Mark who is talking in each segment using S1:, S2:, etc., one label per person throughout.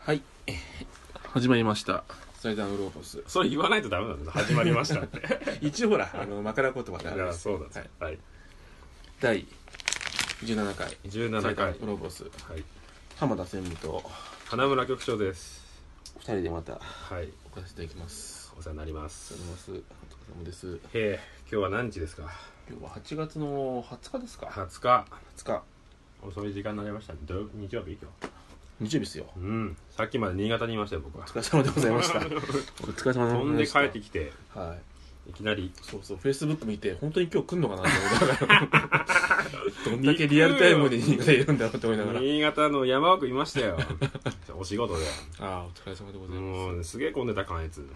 S1: はい。 始まりました。祭壇ウローホス。
S2: それ言わないとダメなんだ始まりましたって
S1: 一応ほら、あの、枕言葉である
S2: だか
S1: んで
S2: ら
S1: す。
S2: そうだ
S1: はい
S2: はい、はい、
S1: 第17回。
S2: 17
S1: 祭
S2: 回
S1: 壇ウローホス。
S2: はい
S1: 浜田専務と
S2: 花村局長です
S1: 二人でまた
S2: はい
S1: お越しいただきます。
S2: お世話になりま
S1: お
S2: す
S1: 疲れ様です。お疲れ様です。
S2: へえ今日は何日ですか
S1: 今日は8月の20日ですか
S2: 20日
S1: ?20 日。
S2: 遅い時間になりましたね土曜日日曜日今日
S1: 日曜日ですよ。
S2: うんさっきまで新潟にいましたよ僕は
S1: お疲れ様でございま した。お疲れ様で
S2: 飛
S1: ござい
S2: ん
S1: ま
S2: で
S1: し
S2: 帰
S1: た。
S2: ってきて
S1: はい。
S2: いきなり
S1: そうそう、フェイスブック見て、本当に今日来んのかなって 思いながら。どんだけリアルタイムで新潟 いるんだろうって思いながら。
S2: 新潟の山奥いました よお仕事で
S1: ああ、お疲れ様でございます。
S2: もうすげえ混んでた関越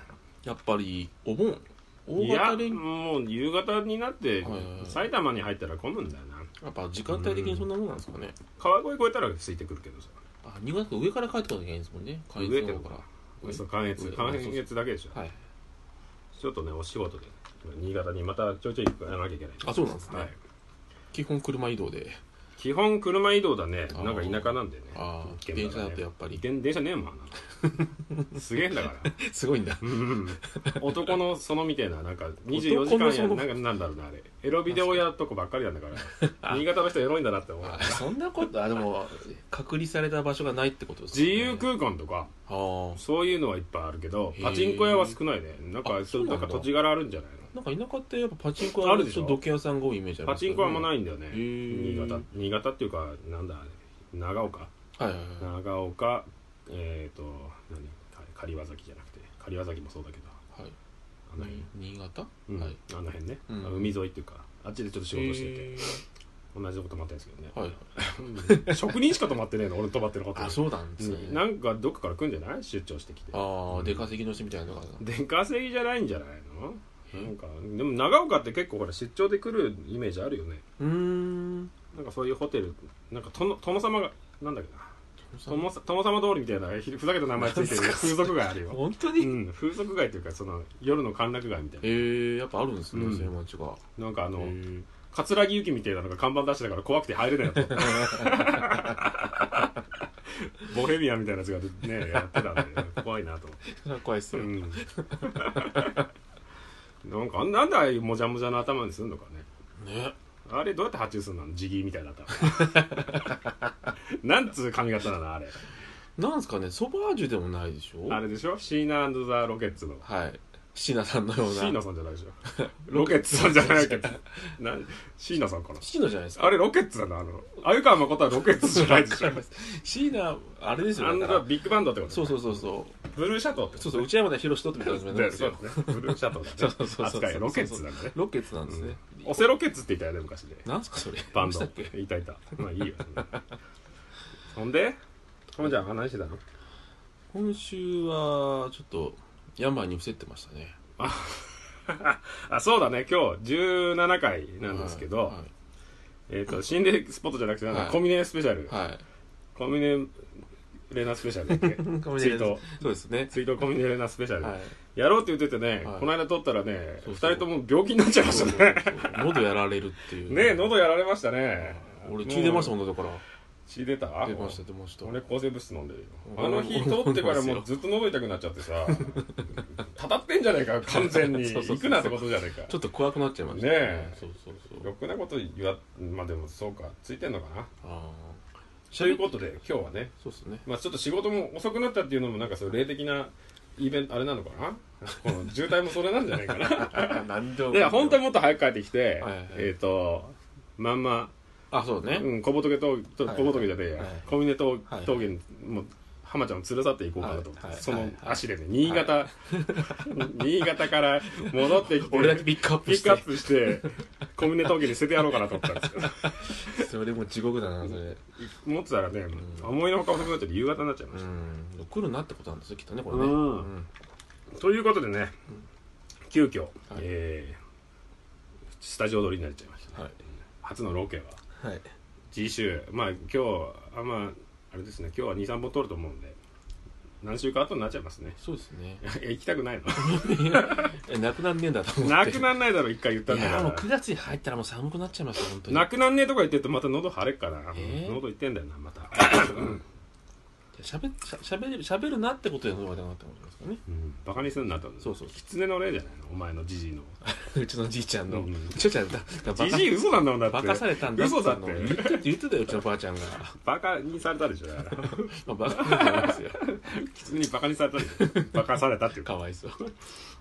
S1: やっぱりお盆大
S2: いや
S1: 型連休
S2: もう夕方になって
S1: はいはいはい
S2: 埼玉に入ったら混むんだよな
S1: やっぱ時間帯的にそんなもんなんですかね、
S2: 川越越えたらついてくるけどさ
S1: あ新潟上から帰ってこなきゃいけないんですもんね関
S2: 上
S1: 越
S2: って
S1: の方
S2: こと
S1: か
S2: から
S1: 上
S2: そう関越
S1: 上
S2: 関越だけでしょ、
S1: はい
S2: ちょっとねお仕事で新潟にまたちょいちょい行かなきゃいけない
S1: あそうなんですね
S2: はい、
S1: 基本車移動で
S2: 基本車移動だね
S1: あー
S2: なんか田舎なんでね
S1: あー
S2: 一軒家
S1: 電車だとやっぱり
S2: 電電車ねえもん なすげえんだから
S1: すごいんだ
S2: うん男のそのみたいななんか24時間
S1: 男のそ
S2: や
S1: の
S2: なんかなんだろうなあれエロビデオやっとこばっかりなんだから新潟の人エロいんだなって思う
S1: あそんなことあでも隔離された場所がないってことです
S2: 自
S1: ね
S2: 由空間とか
S1: あー
S2: そういうのはいっぱいあるけど
S1: へー
S2: パチンコ屋は少ないねなん
S1: あ
S2: か
S1: そ
S2: そうう
S1: な
S2: なんん
S1: だ
S2: か土地柄あるんじゃないの
S1: なんか田舎ってやっぱパチンコ屋
S2: あるでしょ
S1: と土器屋さんが多いイメージあり
S2: パ
S1: ます
S2: チンコはもうないいんだよね
S1: へ
S2: 新
S1: ー
S2: 潟新潟っていうかなんだあれ長岡
S1: はいはいはい
S2: 長岡えっ、ー、と何あれ狩輪崎じゃなくて狩輪崎もそうだけど
S1: はい
S2: あの辺、
S1: 新潟、
S2: うん
S1: はい
S2: あの辺ね、
S1: うん
S2: 海沿いっていうかあっちでちょっと仕事してて
S1: へ
S2: 同じとこ泊まってるんですけどね
S1: ーはい
S2: うん 職人しか泊まってねえの俺泊まってること
S1: あそうなんですね、
S2: うんなんかどっかから来んじゃない出張してきて
S1: ああ
S2: うん
S1: 出稼ぎの人みたいなのが
S2: 出稼ぎじゃないんじゃないのなんかでも長岡って結構ほら出張で来るイメージあるよね
S1: うーん
S2: なんかそういうホテルなんか殿殿様がなんだっけな殿さ殿様通りみたいなひふざけた名前ついて
S1: な
S2: る
S1: んすか
S2: 風俗街あるよ、
S1: 本当
S2: う
S1: に、
S2: ん、風俗街というかその夜の歓楽街みたい
S1: え
S2: な
S1: ー、やっぱあるんですね、
S2: うん
S1: そういう街が
S2: なんかあ
S1: あ
S2: の桂木由紀みたいなのが看板出してたから怖くて入れない やつボヘミアンみたいなやつがねやってたんで怖いなと思って
S1: 怖いっす
S2: う
S1: よ、
S2: んなんかあんなんでああいうもじゃもじゃの頭にするのかね
S1: ね
S2: あれどうやって発注するのジギーみたいな頭 なんつう髪型なのあれ
S1: なんすかねソバージュでもないでしょ
S2: あれでしょシーナザ・ロケッツの
S1: はい椎名さんのような
S2: 椎名さんじゃないでしょ ロケッツさんじゃないけどなん椎名さんかな
S1: 椎名じゃないですか
S2: あれロケッツだなあの鮎川誠はロケッツじゃないでしょ
S1: 椎名あれです
S2: あ
S1: よ
S2: ん
S1: ねだ
S2: な
S1: から
S2: ビッグバンドってこと
S1: そうそうそうそう
S2: ブルーシャトーってこと
S1: そうそう内山田博士とってみたいな感じなん
S2: で
S1: です
S2: そう
S1: よ
S2: だねブルーシャトーだね
S1: そうそうそうそう
S2: 扱いロケッツだね
S1: ロケッツなんですね、
S2: オセロケッツって言ったよね昔で
S1: なんすかそれ
S2: バンド
S1: どうしたっけ
S2: いたいたまあいいよそんでトムちゃん話してたの
S1: 今週はちょっと病に伏せってましたね
S2: あそうだね今日17回なんですけど、
S1: はい
S2: えっ、と心霊スポットじゃなくてなんだ、
S1: はい
S2: コミネスペシャル、
S1: はい、はい
S2: コミネレナスペシャルだっけ
S1: コミ
S2: ツイ
S1: ネ
S2: ート
S1: そうですね
S2: ツイートコミネレナスペシャル、
S1: はい
S2: やろうって言っててね、
S1: はい
S2: この間撮ったらね
S1: そ
S2: 二
S1: うそう
S2: 人とも病気になっちゃいまし
S1: そ
S2: た
S1: う
S2: ね
S1: そうそう喉やられるっていう
S2: ねえ喉やられましたね
S1: 俺聞いてました
S2: もう
S1: もんだから
S2: 血出た
S1: 出ました出ました
S2: 俺抗生物質飲んでるよ
S1: うん
S2: あの日通ってからもうずっと喉痛くなっちゃってさたたってんじゃねえか完全 に
S1: そうそうそう
S2: 行くなってことじゃねえか
S1: ちょっと怖くなっちゃいました
S2: ねえ
S1: そうそうそ
S2: ろ
S1: う
S2: くなこと言わまあでもそうかついてんのかな
S1: あ
S2: ということで今日はね、
S1: そうですね
S2: まあ、ちょっと仕事も遅くなったっていうのもなんかそういう霊的なイベントあれなのかなこの渋滞もそれなんじゃないか な
S1: 何で
S2: で本当は
S1: に
S2: もっと早く帰ってきて、
S1: はいはい
S2: えっ、とまんま
S1: あそうね、
S2: うん、小仏峠と
S1: はい
S2: 小仏じゃねえや、
S1: はい
S2: 小峰峠
S1: はい
S2: 峠にもう浜ちゃんを連れ去っていこうかなと思って、
S1: はいはい
S2: そ
S1: は
S2: の
S1: い
S2: 足でね新潟、 新潟から戻ってきて
S1: 俺だけピックアッ
S2: ピ
S1: プ
S2: ッ
S1: し
S2: クア
S1: て
S2: ップして小峰峠に捨ててやろうかなと思ったんですけ ど
S1: それも地獄だなそれ
S2: 持ってたらね、思いのほか遅くなっちゃって夕方になっちゃいま
S1: う
S2: し
S1: ん来るなってことなんですよきっとねこれね
S2: うんた、ということでね急遽、えースタジオ撮りになっちゃいました
S1: はい
S2: 初のロケは
S1: はい
S2: 次週まあ今日あまああれですね今日は23本撮ると思うんで何週か後になっちゃいますね
S1: そうですね
S2: え行きたくない
S1: えなくなんねえんだと
S2: の
S1: 思っ
S2: な
S1: て
S2: くなんないだろ一回言ったん
S1: い
S2: だか
S1: やもう
S2: ら
S1: 9月に入ったらもう寒くなっちゃいますよ本当に
S2: なくなんねえとか言ってるとまた喉腫れっから、
S1: えー
S2: 喉痛いんだよなまた
S1: 喋しゃしゃべるしゃべるなってことでの方がなってことですかね
S2: うん、バカにするなと
S1: そうそう
S2: 狐の例じゃないのお前のじじいの
S1: うちのじいちゃんの、
S2: うんうん
S1: ちょちゃんだだバ
S2: じ
S1: カ
S2: じい嘘なんだもんだって
S1: バカされたんだ
S2: 嘘だっ
S1: の言ってて言ってたようちのばあちゃんが、
S2: バカにされたでしょだから
S1: まあ、バカだと思うん ですよ
S2: 狐にバカにされたでし ょバカされたっていう
S1: か
S2: か
S1: わいそう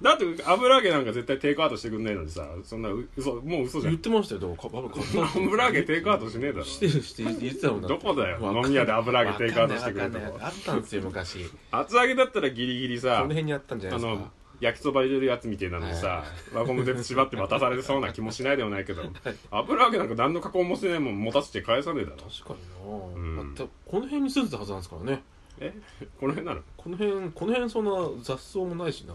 S2: だって油揚げなんか絶対テイクアウトしてくんないのにさそんなう嘘もう嘘じゃ
S1: 言っ
S2: ん
S1: てましたよどうかバカ買ったって
S2: 油揚げテイクアウトしねえだろ
S1: してるして言ってたもんだ
S2: どこだよ
S1: わかん
S2: 飲み屋で油揚げテイクアウトしてくれ
S1: わ
S2: る
S1: かんな
S2: とこ
S1: いわかんないあったんですよ昔こ
S2: 厚揚げだったらギリギリ
S1: の
S2: さ
S1: 辺にあったんじゃな
S2: あ
S1: いです
S2: の
S1: か
S2: 焼きそば入れるやつみたいなのにさ、輪ゴムで縛って渡されそうな気もしないでもないけど、油揚げなんか何の加工もしてないもん持たせて返さねえだろ
S1: 確かに
S2: うん
S1: な、またこの辺に住んでたはずなんですからね
S2: えこの辺なの
S1: この辺この辺そんな雑草もないしな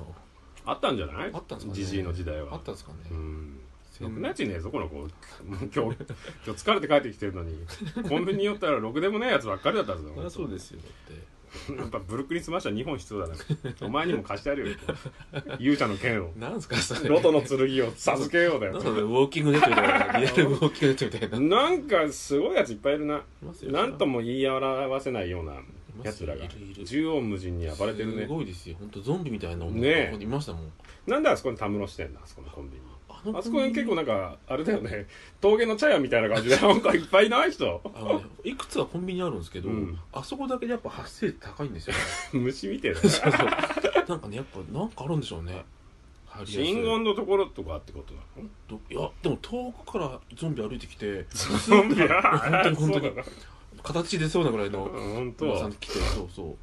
S2: あったんじゃない
S1: あったんですかね
S2: じじいの時代は
S1: あったんですかね、
S2: うん
S1: せ
S2: ろ
S1: ん
S2: くなちねえぞこの子もう今日今日疲れて帰ってきてるのにコンビニ寄ったらろくでもねえやつばっかりだったぞ
S1: そりゃそうですよだって
S2: やっぱブルックリンスマッシュは2本必要だなお前にも貸してやるよ勇者の剣を
S1: なんですかそれ
S2: ロトの剣を授けようだ
S1: なん
S2: よ
S1: かウォーキングネットみたいな リアルウォーキングネットみたいな
S2: なんかすごいやついっぱいいるない
S1: ますよ
S2: なんとも言い表せないようなやつらが
S1: いますよいるいる
S2: 縦横無尽に暴れてる
S1: す
S2: ね
S1: ごいですよ本当ゾンビみたいな女
S2: ねえ
S1: の子いましたもん、
S2: なんであそこにたむろしてんだあそこのコンビニ
S1: あの
S2: あそこに結構なんかあれだよね峠の茶屋みたいな感じでなんかいっぱいいない人
S1: あのね、いくつかコンビニあるんですけど、
S2: うん
S1: あそこだけでやっぱ発生率高いんです よ
S2: 虫みてえな
S1: そうそうなんかねやっぱなんかあるんでしょうね入りやすい
S2: 信号のところとかってことなの
S1: どいやでも遠くからゾンビ歩いてきて
S2: ゾン
S1: 本
S2: ビ
S1: 当に
S2: 本
S1: 本
S2: 当
S1: 当
S2: に
S1: に形出そうなぐらいの
S2: 本
S1: おばさ
S2: 当
S1: ん来てそうそう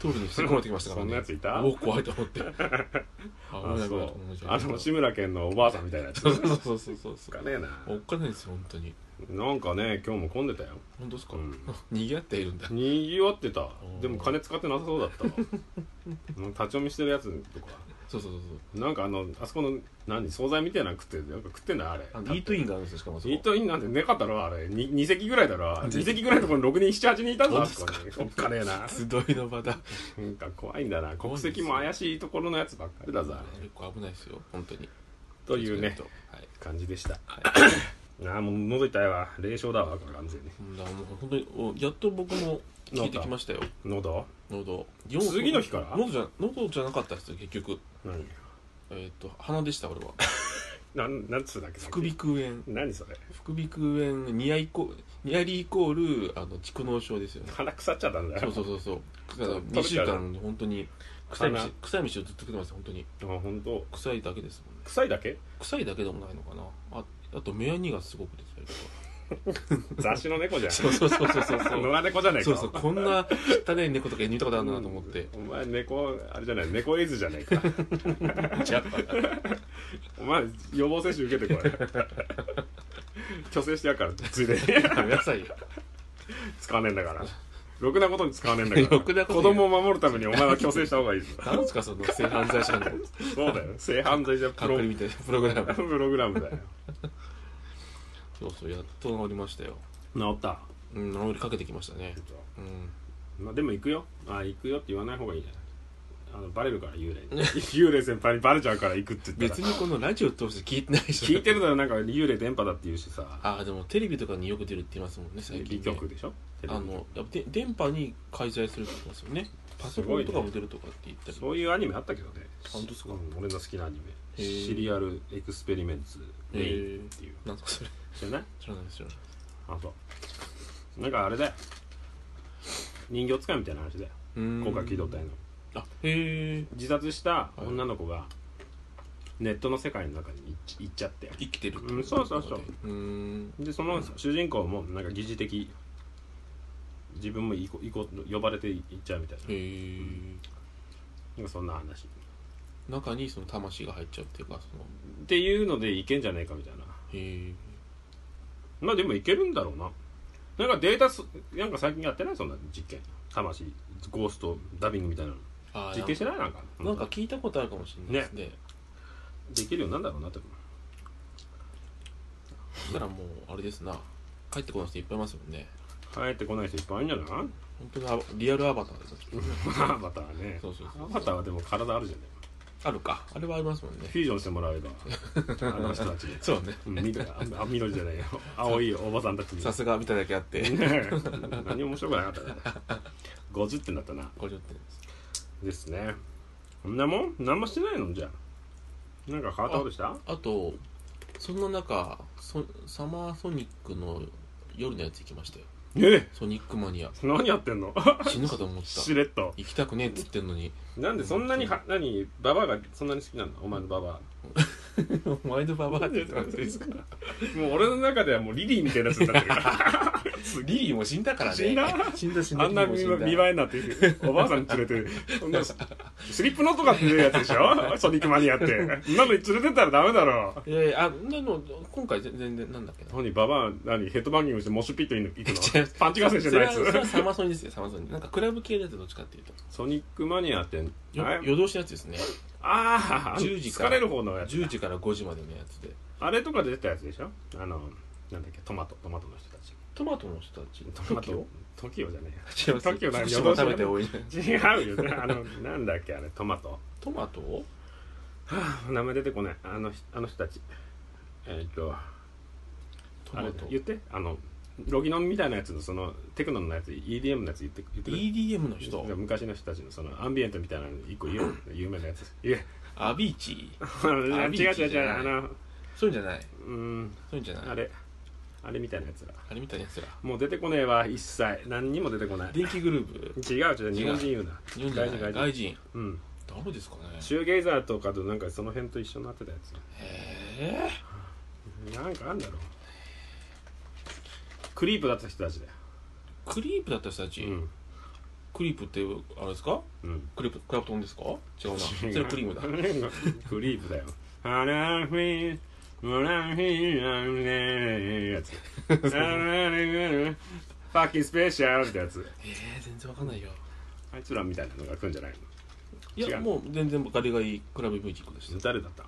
S1: 通りに吸い込まれてきましたからね
S2: そんなやついた
S1: おお怖いと思っ てあ
S2: あ
S1: 危
S2: そ
S1: ない
S2: う
S1: 危ない
S2: あの志村けんのおばあさんみたいなやつ
S1: そうそうそうそうそう
S2: おっかねえな
S1: おっかないですよ本当に
S2: なんかね今日も混んでたよ
S1: 本当ですか、
S2: うん
S1: 賑わっているんだ
S2: にぎわってた
S1: ん
S2: でも金使ってなさそうだった わなんか立ち読みしてるやつとか
S1: そうそうそう
S2: なんかあのあそこの何惣菜みたいなの食ってなんか食ってんだよあれ
S1: そうあのイートイ
S2: ン
S1: ンがあるんですよしかもそこ
S2: イートインなんてねかったろあれ 2, 二席ぐらいだろ2席ぐらいのところに6人78人いたんだあそこにおっかねえな
S1: 集いの 場だ
S2: なんか怖いんだな国籍も怪しいところのやつばっかりだぞあれ
S1: 結構危ないですよ本当に
S2: というね
S1: 気をつけないと
S2: 感じでした
S1: はい、はい、
S2: ああもう喉痛いわ冷笑だわ完全に
S1: うんだからもう本当におやっと僕も聞いてきましたよ
S2: 喉
S1: 喉
S2: 次の日から
S1: 喉じゃ喉じゃなかったですよ結局
S2: 何
S1: えーっ、と鼻でした俺 は
S2: なんなんつうんだっけ
S1: 副鼻腔炎
S2: 何それ
S1: 副鼻腔炎ニアイコニアリイコールあの蓄膿症ですよね
S2: 鼻腐っちゃったんだよ
S1: そうそうそうそうだから
S2: 食べ
S1: 2
S2: ち
S1: 週
S2: ゃう
S1: 間本当に臭い
S2: 鼻
S1: 飯臭い飯をずっと食ってました本当に
S2: あ本当
S1: 臭いだけですもんね
S2: 臭いだけ
S1: 臭いだけでもないのかなああと目やにがすごく出たりとか
S2: 雑誌の猫じゃん
S1: そうそうそうそうそうそう
S2: 野良猫じゃねえか
S1: そうそうこんな汚い猫とか犬見たことあるなと思って、
S2: お前猫あれじゃない猫エイズじゃね えか
S1: じゃあ
S2: お前予防接種受けてこい虚勢してやっからついでに
S1: やめなさいよ
S2: 使わねえんだからろくなことに使わねえんだから
S1: ろくなこと
S2: 子
S1: に
S2: 供を守るためにお前は虚勢した方がいいぞ
S1: 何ですかその性犯罪者の
S2: そうだよ性犯罪じゃプ
S1: 隔
S2: ロ
S1: 離みたいなプログラム
S2: プログラムだよ
S1: そうそうやっと治りましたよ、
S2: 治った
S1: うん、治りかけてきましたねうん
S2: まあでも行くよあ行くよって言わない方がいいんじゃないあのバレるから幽霊 に幽霊先輩にバレちゃうから行くって言った
S1: 別
S2: ら
S1: にこのラジオ通して聞いてないでしょ
S2: 聞いてるだろなんか幽霊電波だって言うしさ
S1: ああでもテレビとかによく出るって言いますもんね最近
S2: 劇
S1: ね
S2: 局でしょ
S1: あのやっぱで電波に介在するって言いますよねパソコンとかも出るとかって言ったり、
S2: そういうアニメあったけどね
S1: 本当っすか
S2: うん俺の好きなアニメ「
S1: へー
S2: シリアルエクスペリメンツレイン」っていう
S1: なんすかそれ
S2: 知らない
S1: 知らないです知らないです
S2: あそうなんかあれだよ人形使いみたいな話だよ
S1: うーん
S2: 今回機動隊の
S1: あへえ
S2: 自殺した女の子がネットの世界の中に行っち行っちゃって
S1: 生きてるって
S2: うんそうそうそう
S1: うーん
S2: でその主人公もなんか疑似的自分も行こ行こ呼ばれて行っちゃうみたいな
S1: へえ
S2: なんかそんな話
S1: 中にその魂が入っちゃうっていうかその
S2: っていうのでいけんじゃねえかみたいな
S1: へえ
S2: まあでもいけるんだろうななんかデータすなんか最近やってないそんな実験魂ゴーストダビングみたいなの
S1: あ
S2: 実験してないなんか
S1: なんか聞いたことあるかもしれないですね
S2: できるようになんだろうなって
S1: そしたらもうあれですな帰ってこない人いっぱいいますもんね
S2: 帰ってこない人いっぱいいるんじゃない
S1: 本当にあリアルアバターですね
S2: ア バターね
S1: そうそうそう
S2: アバターはでも体あるじゃない
S1: あるかあれはありますもんね
S2: フュージョンしてもらえばあの人たち に
S1: そうね
S2: うん緑ああ緑じゃないよ青いおばさんたちに
S1: さすが見ただけあって
S2: ねえ何も面白くなかったから50点だったな
S1: 50点です
S2: ですねこんなもん何もしてないのじゃあなんか変わったことした
S1: あとそんな中そサマーソニックの夜のやつ行きましたよ
S2: え
S1: ソニックマ ニア
S2: え何やってんの
S1: 死ぬかと思った
S2: しれっと
S1: 行きたくねえっつってんのに
S2: なんでそんなには何ババアがそんなに好きなのお前のババア
S1: お前のババア
S2: な
S1: っ
S2: ん
S1: て
S2: で
S1: 言ったんですか
S2: もう俺の中ではもうリリーみたいなやつになってるか
S1: リリーも死んだからね
S2: 死んだ
S1: 死んだ死ん
S2: ら
S1: だ
S2: あんな
S1: リ
S2: 見
S1: リー
S2: 栄
S1: も死んだ
S2: えになっておばあさん連れてそんなスリップノとかっていうやつでしょソニックマニアってそんなの連れてったらダメだろ
S1: いやいやあでも今回全全然なんだっけな
S2: 何ババア何ヘッドバンギングしてモッシュピットに行く
S1: 違い
S2: の
S1: ます
S2: パンチ合戦してないや
S1: それはそれは
S2: つ
S1: サマソニですよサマソニなんかクラブ系のやつどっちかっていうと
S2: ソニックマニアって
S1: よ
S2: あ
S1: 夜通しのやつですね
S2: ああ
S1: 10時から
S2: 疲れる方のやつ
S1: 10時から5時までのやつで
S2: あれとかで出たやつでしょあのなんだっけトマトトマトの人たち
S1: トマトの人たち
S2: トマト TOKIO じゃね
S1: 違います
S2: 時を何
S1: 少しも食べて多いね
S2: えや違うよねあのなんだっけあれトマト
S1: トマト
S2: はあ名前出てこないあの人あの人たちえーっと
S1: トマ
S2: あれ
S1: ト
S2: 言ってあのロギノンみたいなやつのそのテクノのやつ EDM のやつ言って言ってくれ
S1: EDM の人
S2: 昔の人たちのそのアンビエントみたいなの一個言 う有名なやついや
S1: アビーチ
S2: 違う
S1: ビーチ
S2: 違う
S1: じ
S2: 違
S1: ゃ
S2: う
S1: ない
S2: あの
S1: そういうんじゃない
S2: うん
S1: そういうんじゃない
S2: あれあれみたいなやつら
S1: あれみたいなやつら
S2: もう出てこねえわ一切何にも出てこない違
S1: 電気グループ
S2: う違う日本人言うな
S1: 日本じゃない
S2: 外人
S1: 外
S2: 外
S1: 人
S2: うん
S1: 誰ですかね
S2: シューゲイザーとかとなんかその辺と一緒になってたや
S1: へえ
S2: つなんかあんだろクリープだった人たちだよ
S1: クリープだった人たち
S2: うん
S1: クリープってあれですか
S2: うん
S1: クリープクラプトンですか違うなそれクリームだ
S2: クリープだよアラフィーモラフィーアンネーやつアラフィーファッキンスペシャルってやつ
S1: えー、全然わかんないよ
S2: あいつらみたいなのが来るんじゃない
S1: いや
S2: 違う
S1: もう全然ガリガリクラブミュージックでし
S2: の
S1: た
S2: 誰だった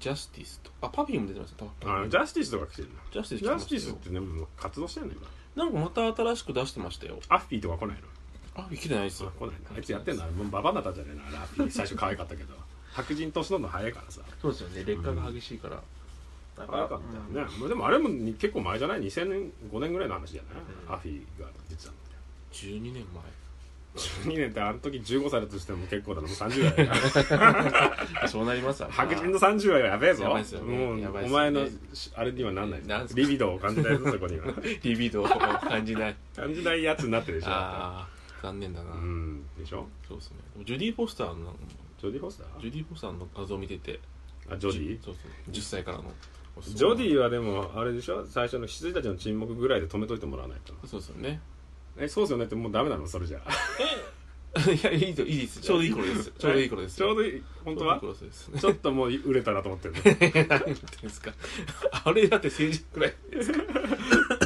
S1: ジャスティスとあパフィーム出てましたパ
S2: あジャスティスとか来てるの
S1: ジャスティス来
S2: ジ
S1: て
S2: ャ
S1: ま
S2: ス
S1: し
S2: テ
S1: た
S2: ィ
S1: よ
S2: スってねもう活動してんの今
S1: なんかまた新しく出してましたよ
S2: アッフィーとか来ないの
S1: あ来てないです
S2: あ
S1: よ
S2: 来ないなあいつやってんのあれもうババアだったじゃねえのあれアッフィー最初可愛かったけど白人年取るの早いからさ
S1: そうですよね劣化が激しいから、だ
S2: 早かったよね、まあでもあれも結構前じゃない2005年5年ぐらいの話じゃない、
S1: うん
S2: アフィーが出てたのって
S1: 12年前
S2: 12年ってあの時15歳だとしても結構だなもう30代だ から
S1: あそうなりますわ
S2: 白人の30代はやべえぞ
S1: やばいっすよね
S2: もう
S1: やばいっすよ
S2: お
S1: ね
S2: 前のしあれにはなんない
S1: なんすか
S2: リビドーを感じないぞそこには
S1: リビドーを感じない
S2: 感じないやつになってるでしょだ
S1: ああ残念だな、
S2: ってうんでしょ
S1: そうですねでもジュディ・フォスターの
S2: ジョディ・フォスター
S1: ジュディ・フォスターの画像を見てて
S2: あジョディ
S1: そうそう10歳からの
S2: ジョディはでもあれでしょ最初の羊たちの沈黙ぐらいで止めといてもらわないと
S1: そうですよね
S2: えそうですよねってもうダメなのそれじゃあ
S1: えいやいいといいですちょうどいい頃です ちょうどいい頃です
S2: ちょうどいい本当は
S1: ちょうどいい頃です
S2: ちょっともう売れたなと 思ってる
S1: 何言ってんですか あれだって成人くらい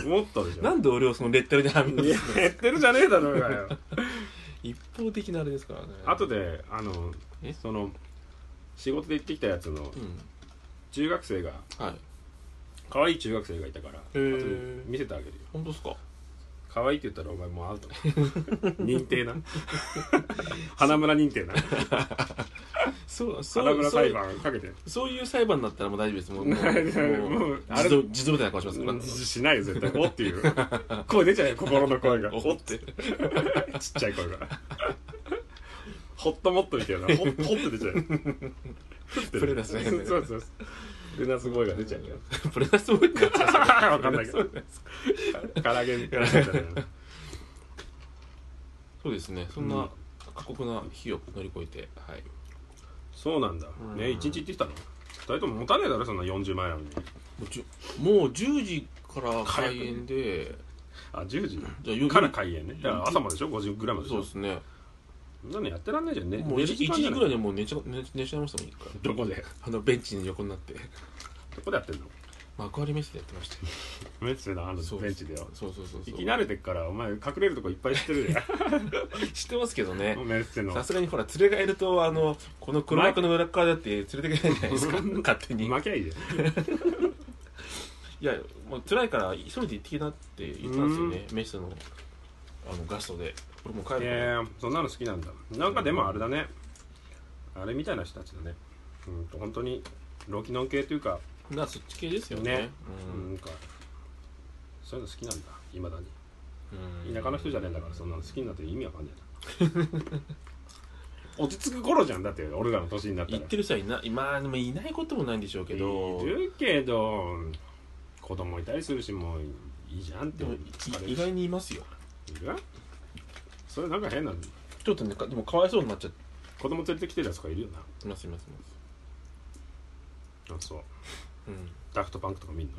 S2: もっとでしょ
S1: なんで俺をそのレッテルではみ出
S2: いや
S1: すの
S2: 減ってるじゃねえだろうがよ
S1: 一方的なあれですからね
S2: 後であの
S1: え
S2: その仕事で行ってきたやつの
S1: うん
S2: 中学生が
S1: はい
S2: 可愛い中学生がいたから後
S1: ー
S2: で見せてあげるよ
S1: 本当ですか
S2: 可愛いって言ったらお前もうアウト 認定な 花村認定な
S1: そうそ
S2: 花
S1: う
S2: 村
S1: そう
S2: 裁
S1: いう
S2: 判かけて
S1: そういう裁判だったらもう大丈夫ですもうもう
S2: も
S1: も
S2: う
S1: う
S2: あれ
S1: 自動自動みたいな顔しますから
S2: うんしないよ絶対おっていう声出ちゃうよ心の声が
S1: お
S2: おっ
S1: ってて
S2: ちっちゃい声がほっともっとみたいなほほって出ちゃうよ
S1: プレナスみたいな
S2: そうそうそうプレナス声が出ちゃう よ
S1: プレナスボーイになっちゃう
S2: わかんないけど
S1: そうです
S2: 唐揚げみたいなやつだよね
S1: そうですねそん
S2: うん
S1: な過酷な日を乗り越えてはい
S2: そうなんだ
S1: うん
S2: ね一日行ってきたの二人とも持たねえだろそんな40前なのに
S1: もうじゅもう10時から開演で
S2: あ10
S1: じ
S2: 時
S1: ゃあ夜
S2: から開演ねだから朝まででしょ5時ぐらいまででし
S1: そう
S2: ょ
S1: で
S2: そ
S1: すね
S2: んなのやってらんないじゃんね
S1: もう1時ぐらいで
S2: も
S1: もう寝ちゃ寝寝ちゃいましたもん一回
S2: どこで
S1: あのベンチに横になって
S2: どこでやってんの
S1: 幕張メッセでやってましたよ
S2: メッセなあの
S1: そう
S2: ベンチでよ
S1: そうそうそうそ
S2: 生
S1: う
S2: き慣れてっからお前隠れるとこいっぱい知ってる じ
S1: 知ってますけどね
S2: ゃんメッセの
S1: さすがにほら連れがいるとあのこの黒幕の裏側だって連れていけないじゃないですか 勝手にい
S2: 負けゃいいじゃ
S1: やもう辛いから急いで行ってきなって言ってたんですよねメッセのあのガストで俺もう帰る
S2: ん
S1: か
S2: い
S1: ら、
S2: やいやそんなの好きなんだなんかでもあれだねあれみたいな人たちだねうんと本当にロキノン系というか
S1: なそっち系ですよね
S2: ね
S1: うん
S2: なんかそういうの好きなんだいまだに
S1: うん
S2: 田舎の人じゃねえんだからそんなの好きになってる意味わかんねえ 落ち着く頃じゃんだって俺らの年になったら
S1: 言ってる人はいないまあでもいないこともないんでしょうけど
S2: いるけど子供いたりするしもういいじゃんって
S1: でもい
S2: 疲れる
S1: 意
S2: し
S1: 外にいますよ
S2: いるそれなんか変な
S1: ちょっとねかでもかわいそうになっちゃって
S2: 子供連れてきてるやつとかいるよな
S1: ますいますいま
S2: あそう
S1: す、うん、
S2: ダフトパンクとか見んの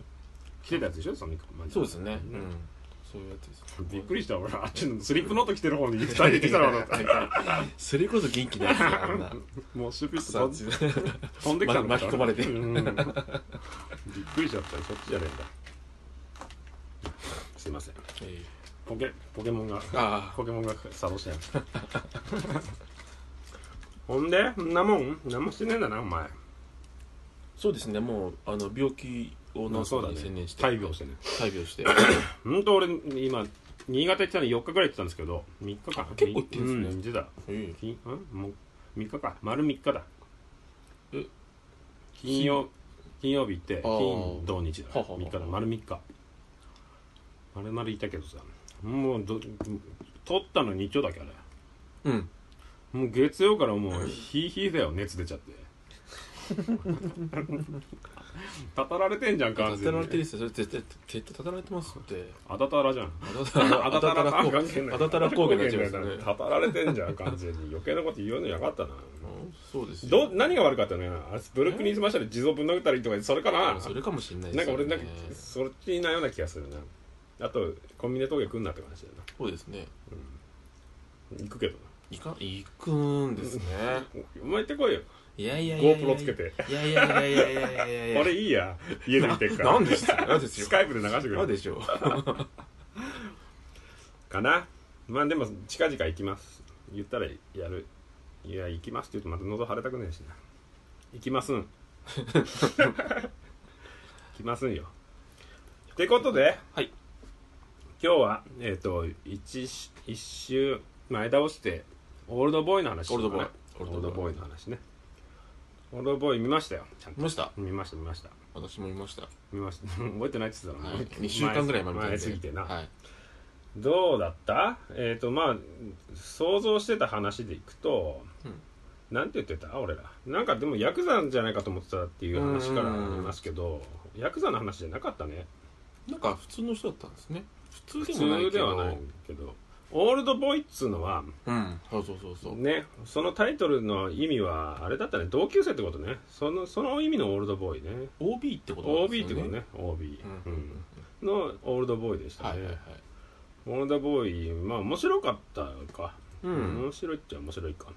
S2: 来てたやつでしょその
S1: そうですね
S2: う
S1: うんん、そういうやつです
S2: びっくりした俺あっちのスリップノート着てる方に2人出てきたら俺
S1: それこそ元気ないですよあんな
S2: もうシュピッ
S1: 草
S2: と
S1: っち
S2: 飛んできたの
S1: ま巻き込まれて
S2: うんびっくりしちゃったよそっちじゃねえんだすいません
S1: え
S2: ポケポケモンが
S1: えああ
S2: ポケモンが作動してないほんでんなもん何もしてねえんだなお前
S1: そうですねもうあの病気を治す
S2: そう
S1: の
S2: だ
S1: に専
S2: ね
S1: 念して、
S2: 大病してね
S1: 大病して
S2: ほんと俺今新潟行ってたの4日ぐらい行ってたんですけど3日間
S1: あ結構行ってんですね
S2: う行ってた
S1: え
S2: きんもう3日か丸3日だ
S1: え
S2: 金曜金曜日行って
S1: あー
S2: 金土日だ
S1: ははは
S2: 3日だ丸3日丸々いたけどさもうど取ったの日曜だけあれ
S1: えうん
S2: もう月曜からもうヒーヒーだよ熱出ちゃって たたられてんじゃん完
S1: 当
S2: 全
S1: たられてる
S2: に
S1: ですよそれ絶対絶対当たられてますって
S2: あたたらじゃん
S1: あたたらあたたら高原あたたら高原になっちゃいますね
S2: たたられてんじゃん完全に余計なこと言うのやがったな
S1: うんそうです
S2: ど
S1: よ
S2: 何が悪かったのよなあれブルックリンスマッシュで地蔵ぶん殴ったりとかそれかな
S1: あそれかもしれないで
S2: なん
S1: す
S2: か
S1: よね
S2: 俺なんかそっちなような気がするなあとコンビニで峠来んなって話だよ
S1: そうですね
S2: な行くけど
S1: いか行くんですね
S2: なお前行ってこいよ
S1: いやいやいやいや
S2: GoPro つけて
S1: いやいやいやいやいやいやいやいや
S2: 俺いいや家で見てっから
S1: なんですよなんですよ
S2: スカイプで流してく
S1: なん
S2: れ
S1: でしょう
S2: かなまあでも近々行きます言ったらやるいや行きますって言うとまた喉腫れたくねえしな行 きますん行きますんよってことで
S1: はい
S2: 今日はえっ、と一し一周前倒してオールドボーイの話しようかな
S1: オール
S2: オー
S1: ドボーイ
S2: ルドボーイの話ねオールドボーイ見ましたよちゃんと
S1: 見ました
S2: 見ました見ました
S1: 私も見ましたは
S2: 見ました覚えてないって言ってたの、
S1: い2週間ぐらい前みたい
S2: 前すぎてな、
S1: はい
S2: どうだったえっ、とまあ想像してた話でいくと、
S1: うん
S2: なんて言ってた俺らなんかでもヤクザじゃないかと思ってたっていう話からあ
S1: うん
S2: りますけどヤクザの話じゃなかったね
S1: なんか普通の人だったんですね普
S2: 普
S1: 通でもないけ
S2: 通で
S1: ど
S2: はないけどオールドボーイっつうのは
S1: うんそうそうそうそう
S2: ねそのタイトルの意味はあれだったね同級生ってことねそのその意味のオールドボーイね
S1: OB ってことなんです
S2: OB
S1: よ
S2: ってことね OB、
S1: うんうん
S2: うんのオールドボーイでしたね、
S1: はいはいはい
S2: オールドボーイまあ面白かったか
S1: うん
S2: 面白いっちゃ面白いか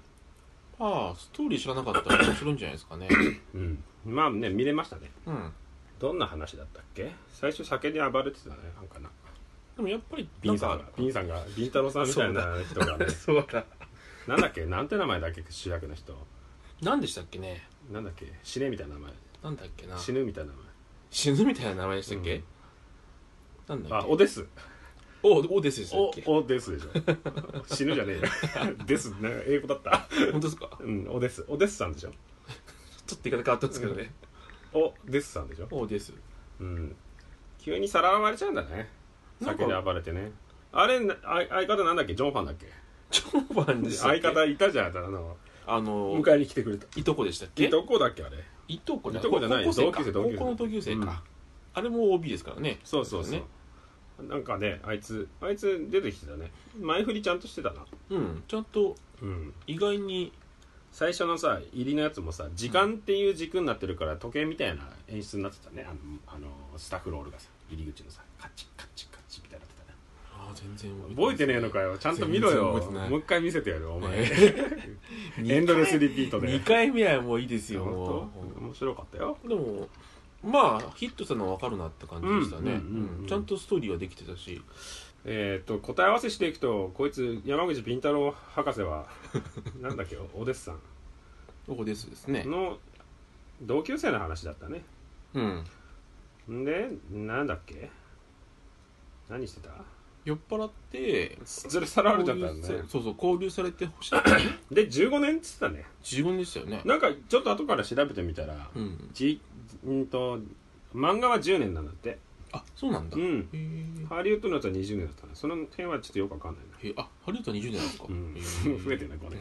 S1: ああストーリー知らなかったら面白いんじゃないですかね
S2: うんまあね見れましたね
S1: うん
S2: どんな話だったっけ最初酒に暴れてたねなんかな
S1: でもやっぱり
S2: ビンさんが ビンさんがビンタロウさんみたいな人がね
S1: そうだ
S2: なんだっけなんて名前だっけ主役の人
S1: 何でしたっけね
S2: なんだっけ死ねみたいな名前
S1: なんだっけな
S2: 死ぬみたいな名
S1: 死ぬみたいな名前でしたっけ、
S2: うん
S1: なんだ
S2: 前
S1: っ
S2: あ
S1: け
S2: おです
S1: おおですでしたっ
S2: お
S1: け
S2: おですでしょ 死ぬじゃねえよですなんか英語だった
S1: 本当ですか
S2: うんおですおですさんでしょ
S1: ちょっと言い方変わったんですけどね、
S2: おですさんでしょ
S1: おです
S2: うん急にさらわれちゃうんだね
S1: なん
S2: 酒
S1: か
S2: で暴れてねあれなあい相方なんだっけジョンファンだっけ
S1: ジョンファンでしたっ
S2: 相
S1: け
S2: 方いたじゃんあの
S1: あの
S2: 迎えに来てくれた
S1: いとこでしたっけ
S2: えどこだっけあれ
S1: いとこだ
S2: いとこじゃない
S1: 高校生か
S2: 同級生同級生
S1: 高校の同級生か、
S2: うん
S1: あれも OB ですからね
S2: そうそうそう、
S1: ね
S2: なんかねあいつあいつ出てきてたね前振りちゃんとしてたな
S1: うんちゃんと
S2: うん
S1: 意外に
S2: 最初のさ入りのやつもさ時間っていう軸になってるから時計みたいな演出になってたねあのあのスタッフロールがさ入り口のさカチッカチッカチッみたいになってたね
S1: ああ全然
S2: 覚えてねえのかよちゃんと見ろ
S1: 全然
S2: よ
S1: 覚えてない
S2: もう一回見せてやるよお前、
S1: え
S2: エンドレスリピート で
S1: 2回目はもういいですよも
S2: 本当面白かったよ
S1: うでもまあヒットしたのは分かるなって感じでしたね、
S2: うんうんうんうん
S1: うんちゃんとストーリーはできてたし
S2: えー、と答え合わせしていくとこいつ山口敏太郎博士は なんだっけお弟子さん
S1: ここですですね
S2: の同級生の話だったね
S1: うん
S2: んでなんだっけ何してた
S1: 酔っ払って
S2: それさらわれちゃったん
S1: 交
S2: だ
S1: 流
S2: ね
S1: さそうそう交流されてほしい15
S2: で15年っつったね
S1: 年でしたよね
S2: なんかちょっと後から調べてみたら、
S1: うん
S2: じんと漫画は10年なんだって
S1: あそうなんだ、
S2: う
S1: へ
S2: ん
S1: え
S2: ハリウッドのやつは20年だったねその辺はちょっとよくわかんないな
S1: へえあハリウッド20年なんですか、
S2: うん
S1: へえ
S2: 増えてないこれ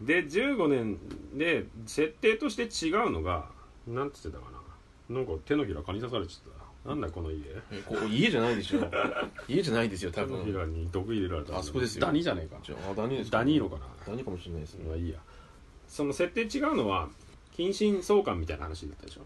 S2: で15年で設定として違うのがなんつってたかななんか手のひら蚊に刺されちゃったなんだこの家
S1: えここ家じゃないで しょ家じゃないですよ多
S2: 手のひ
S1: 分
S2: らに毒入れられた
S1: あそこですよ
S2: ダニじゃねえか
S1: じゃああダニですか
S2: ダニーロかな
S1: ダニかもしれないですね、
S2: まあいいやその設定違うのは近親相関みたいな話だったでしょ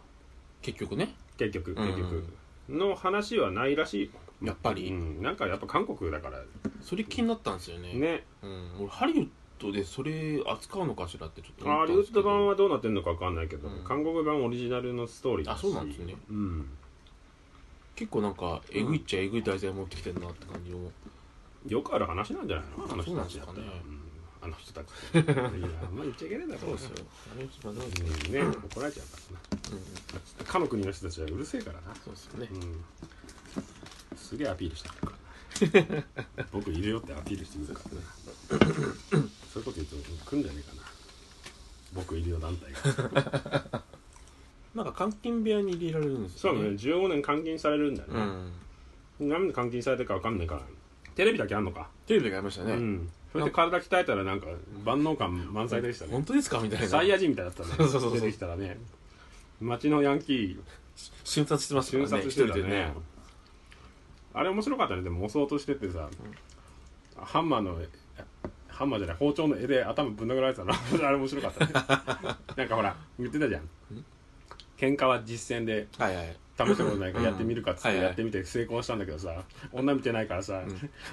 S1: 結局ね
S2: 結局
S1: うんうん
S2: 結局、の話はないらしい
S1: やっぱり
S2: うん、なんかやっぱ韓国だから
S1: それ気になったんですよね
S2: ね
S1: うん、俺ハリウッドでそれ扱うのかしらってちょっと思
S2: ハ
S1: ったん
S2: リウ
S1: です
S2: ッ
S1: け
S2: ド
S1: ど
S2: 版はどうなってんのかわかんないけど、
S1: うん
S2: 韓国版オリジナルのストーリーだし
S1: あそうなんですね
S2: うん
S1: 結構なんかえぐいっちゃえぐい題材持ってきてるなって感じを
S2: よくある話なんじゃないのあの
S1: そ
S2: 人
S1: うな
S2: た
S1: んで
S2: ち
S1: す
S2: だっ
S1: か
S2: た
S1: ね
S2: ら、うんあの人たちい やあんま言っちゃいけないだろ
S1: そうですよハリウッド版なんで
S2: うんね怒られちゃうからな
S1: うん
S2: かの国の人たちはうるせえからな
S1: そうですよね
S2: うんすげえアピールしてくる僕いるよってアピールしてくるからねそういうこと言うと来んじゃねえかな僕いるよ団体 が
S1: なんか監禁部屋に入れられるんです
S2: そ
S1: よ
S2: う
S1: ね
S2: ね15年監禁されるんだよ
S1: う
S2: ね、
S1: ん
S2: なんで監禁されてるかわかんないからテレビだけあんのか、
S1: テレビでやりましたね、
S2: うんそれで体鍛えたらなんか万能感満載でしたね
S1: 本当ですかみたいな
S2: サイヤ人みたいだったね
S1: そうそうそう
S2: 出てきたらね街のヤンキー
S1: 瞬殺してますから
S2: 瞬
S1: ね
S2: 殺してた
S1: 一
S2: ね
S1: 人でね
S2: あれ面白かったねでも襲おうとしてってさ、ハンマーのハンマーじゃない包丁の柄で頭ぶん殴られてたの あれ面白 かったねなんかほら言ってたじゃん喧嘩は実践で
S1: はい はい
S2: 試したことないからやってみるかっつ
S1: うん
S2: って
S1: はいはい
S2: やってみて成功したんだけどさ女見てないからさ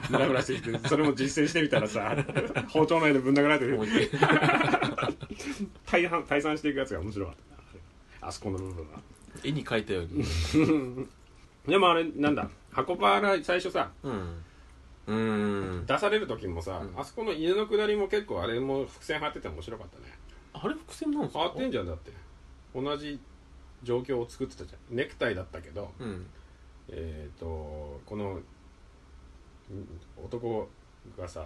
S2: ムラムラしてきてそれも実践してみた らさ包丁の柄でぶん殴られ
S1: 思
S2: て
S1: いっきり
S2: 退散退散していくやつが面白かったなあれあそこの部分は
S1: 絵に描いたように
S2: でもあれなんだ箱パラ最初さ
S1: うんうーん
S2: 出される時もさ、あそこの犬の下りも結構あれも伏線張ってて面白かったね
S1: あれ伏線なんですか
S2: 張ってんじゃんだって同じ状況を作ってたじゃんネクタイだったけど
S1: うん
S2: えっ、とこのうん男がさ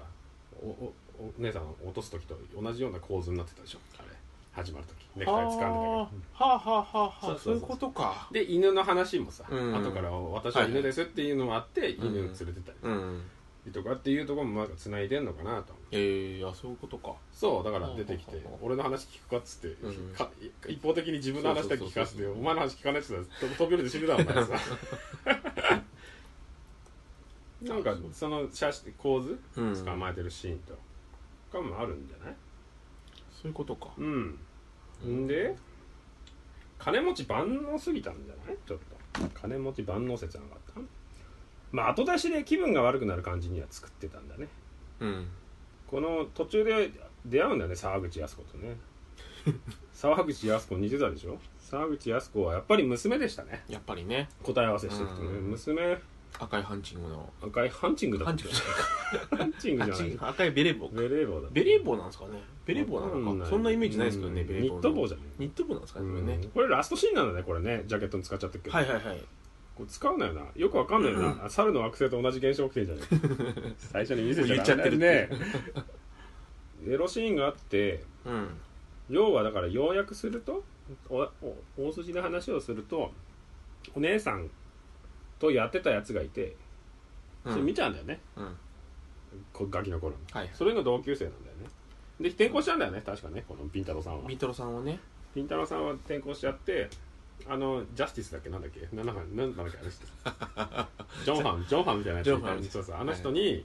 S2: おおお姉さんを落とす時と同じような構図になってたでしょあれ始まる時ネクタイ掴んでた
S1: あー
S2: けど
S1: はあはあはあ
S2: そ
S1: はあそ
S2: うそ
S1: う
S2: そう
S1: ういうことか
S2: で犬の話もさ、
S1: うん
S2: 後から私は犬ですっていうのもあって、犬連れてた
S1: うん
S2: りとかっていうところもなんか繋いでんのかなと
S1: ええあそういうことか
S2: そうだから出てきて
S1: ほうほうほ
S2: 俺の話聞くかっつって、
S1: うん
S2: か一方的に自分の話だけ聞
S1: そうそう
S2: かせ
S1: そう
S2: て
S1: そ
S2: お
S1: う
S2: 前の話聞かないっつったらと飛び降りて死ぬだろお前さ なんかその写真構図
S1: うん
S2: 捕まえてるシーンとかもあるんじゃない
S1: そういうことか
S2: うんんで金持ち万能すぎたんじゃないちょっと金持ち万能説なかったまあ後出しで気分が悪くなる感じには作ってたんだね
S1: うん
S2: この途中で出会うんだよね沢口靖子と ね沢口靖子似てたでしょ沢口靖子はやっぱり娘でしたね
S1: やっぱりね
S2: 答え合わせしてるとね
S1: うん
S2: 娘
S1: 赤いハンチングの
S2: 赤いハンチングだ
S1: ハ
S2: ハ
S1: ン
S2: ン
S1: チングじゃないハン
S2: チングじゃな
S1: チ
S2: い
S1: ング赤いベレー帽
S2: ベレー帽だ
S1: ベレー帽なんですかねベレー帽な
S2: わか
S1: の
S2: ない
S1: かそんなイメージないですけどね
S2: うん
S1: ベレー帽
S2: ニット帽じゃん
S1: ニット帽なんですかねこれ
S2: う
S1: ね
S2: んこれラストシーンなんだねこれねジャケットに使っちゃってるけど、
S1: はいはいはい
S2: これ使うなよなよくわかんないよな、あ猿の惑星と同じ現象起きて んじゃない最初に見せちゃダメだよねエロシーンがあって
S1: うん
S2: 要はだから要約するとおお大筋の話をするとお姉さんとやってたやつがいて
S1: う
S2: それ
S1: ん
S2: 見ちゃうんだよね、
S1: うん
S2: こガキの頃に
S1: はい
S2: それの同級生なんだよねで転校しちゃうんだよね確かねこのピンタロウさんは
S1: ビートロさんはね
S2: ピンタロウさんは転校しちゃってあのジャスティスだっけなんだっけなんだっけなんだっけあの人 ジョンハンジョンハンみたいなやつ
S1: ジョンハン
S2: そうそうあの人に、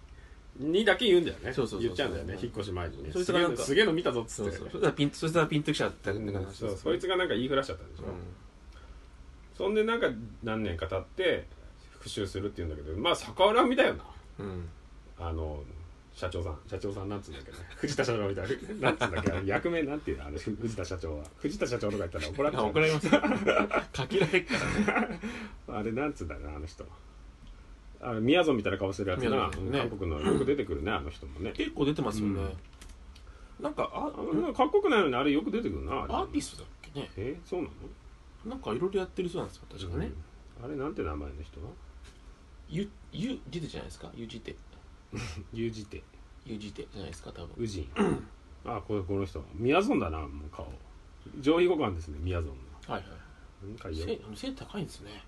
S2: にだけ言うんだよね
S1: そうそうそうそう
S2: 言っちゃうんだよね引っ越し前にね
S1: そいつがなんか
S2: すげえのすげえの見たぞっつ
S1: そ
S2: っ
S1: う
S2: て
S1: そうそしたらピンそしたらピンときちゃったって
S2: うん
S1: 話です
S2: そうそいつがなんか言いふらしちゃったんでしょ、
S1: う
S2: そんでなんか何年か経って復讐するって言うんだけどまあ逆恨みだよなん
S1: うん
S2: あの社長さん社長さんなんつうんだっけね 藤田社長みたいななんつうんだっけあの役名なんていうのあれ藤田社長は藤田社長とか言ったら怒られちゃ
S1: あ
S2: う
S1: 怒られ ますよかけられっからね
S2: あれなんつうんだろうなあの人あの宮園みたいな顔してるやつ
S1: 宮
S2: な、
S1: 園ですね
S2: 韓国のよく出てくるねあの人もね
S1: 結構出てますよねなんかあ
S2: あのかっこよくないのにあれよく出てくるなあれ
S1: アーティストだっけね
S2: えそうなの
S1: なんかいろいろやってる人なんですよ確かね、
S2: うんあれなんて名前の人
S1: ゆゆじてじゃないですかゆじて
S2: ユージテ
S1: ゆじてじゃないですか多分
S2: 宇治 あこれこの人宮園だなもう顔上位互換ですね宮園の
S1: はいはい
S2: なんかよ
S1: 背背高いんですね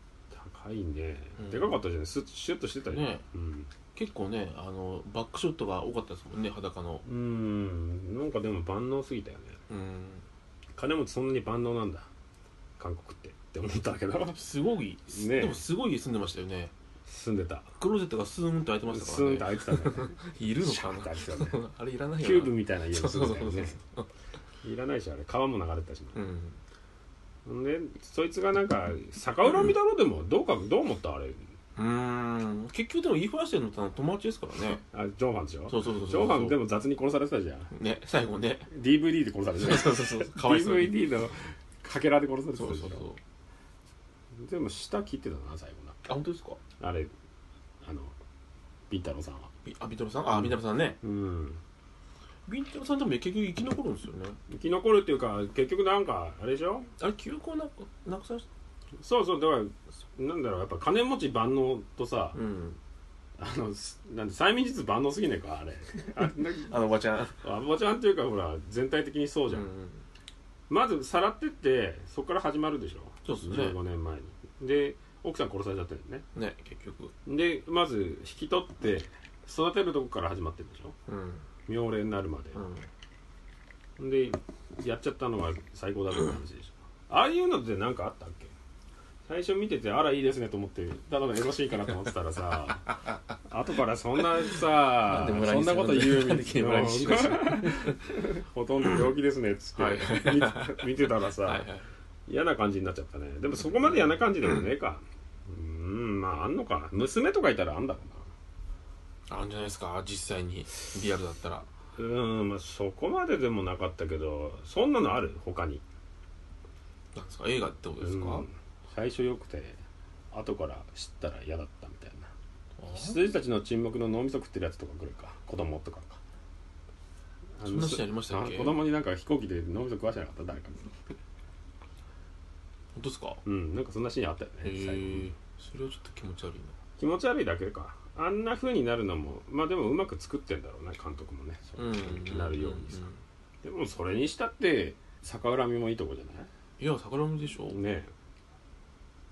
S2: 高タイね
S1: うん
S2: でかかったじゃんスッシュッとしてたよ
S1: ね
S2: うん
S1: 結構ねあのバックショットが多かったですもんね裸の
S2: うんなんかでも万能すぎたよね
S1: うん
S2: 金持ちそんなに万能なんだ韓国ってって思った けど
S1: すごい、
S2: ね
S1: でもすごい住んでましたよね
S2: 住んでた
S1: クローゼットがスーンと開いてました
S2: ス
S1: から
S2: ーン
S1: ね
S2: と開いてたんだよね
S1: いるの
S2: シャ
S1: か
S2: ーンと
S1: な
S2: 開いてたね
S1: あれいらないよ
S2: キ
S1: な
S2: ューブみたいな家
S1: そ
S2: に
S1: うそ
S2: 住
S1: うんそ
S2: で
S1: う
S2: た
S1: そ
S2: よ
S1: う、
S2: ねいらないしあれ川も流れてたしね
S1: うん、
S2: んでそいつがなんか逆恨みだろでもどうかどう思ったあれ
S1: うーん結局でも言いふらしてるのってあの友達ですからね
S2: あジョンファンでしょ
S1: そうそうそうそう
S2: ジョンファンでも雑に殺されてたじ ゃん
S1: ね最後ね
S2: DVD で殺されて
S1: そう
S2: た
S1: そうそうかわいそうに
S2: DVD のかけらで殺されて
S1: そ
S2: た
S1: う
S2: でし
S1: そうそう
S2: ょでも舌切ってたな最後
S1: あ本当ですか
S2: なあれあのビンタロウさんは
S1: びあビンタロウさんあビンタロウさんね
S2: うん
S1: ビンタロウさんでも結局生き残るんですよね
S2: 生き残るっていうか結局なんかあれでしょ
S1: あれ記憶をなくなくさ
S2: そうそうだからなんだろうやっぱ金持ち万能とさ
S1: うん
S2: あのすなんで催眠術万能すぎねえかあれあな
S1: あのおばちゃん
S2: あおばちゃんっていうかほら全体的にそうじゃん、
S1: ん
S2: まずさらってってそこから始まるでしょ
S1: そうっすね
S2: 15年前にで奥さん殺されちゃってるよね
S1: ね結局
S2: でまず引き取って育てるとこから始まってるでしょ
S1: うん
S2: 妙齢になるまで
S1: う、ん
S2: でやっちゃったのは最高だという話でしょああいうのって何かあったっけ最初見ててあらいいですねと思ってただのエロシーンかなと思ってた らさ後からそんなさ
S1: なんで村
S2: そ
S1: に
S2: んなこと言う
S1: なんで急に 村にしました
S2: ほとんど病気ですねっつって、
S1: はい
S2: 見見てたらさ、
S1: はいはい
S2: 嫌な感じになっちゃったねでもそこまで嫌な感じでもねえかうーんまああんのか娘とかいたらあんだろ
S1: あるんじゃないですか実際にリアルだったら
S2: うなうーんまあそこまででもなかったけどそんなのある他に
S1: なんですか映画ってことですか、
S2: うん最初よくて後から知ったら嫌だったみたいな
S1: あ
S2: 羊たちの沈黙の脳みそ食ってるやつとかぐらいか子供とかか
S1: そんなシーンありましたっけ
S2: あ子供になんか飛行機で脳みそ食わせなかった誰かに
S1: 本当ですか
S2: うんなんかそんなシーンあったよね
S1: へえ
S2: 最後
S1: それはちょっと気持ち悪い
S2: 気持ち悪いだけかあんな風になるのもまあでもうまく作ってんだろうな監督もねそ
S1: な
S2: うなるようにさ
S1: ん
S2: でもそれにしたって逆恨みもいいとこじゃない
S1: いや桜見でしょ
S2: ねえ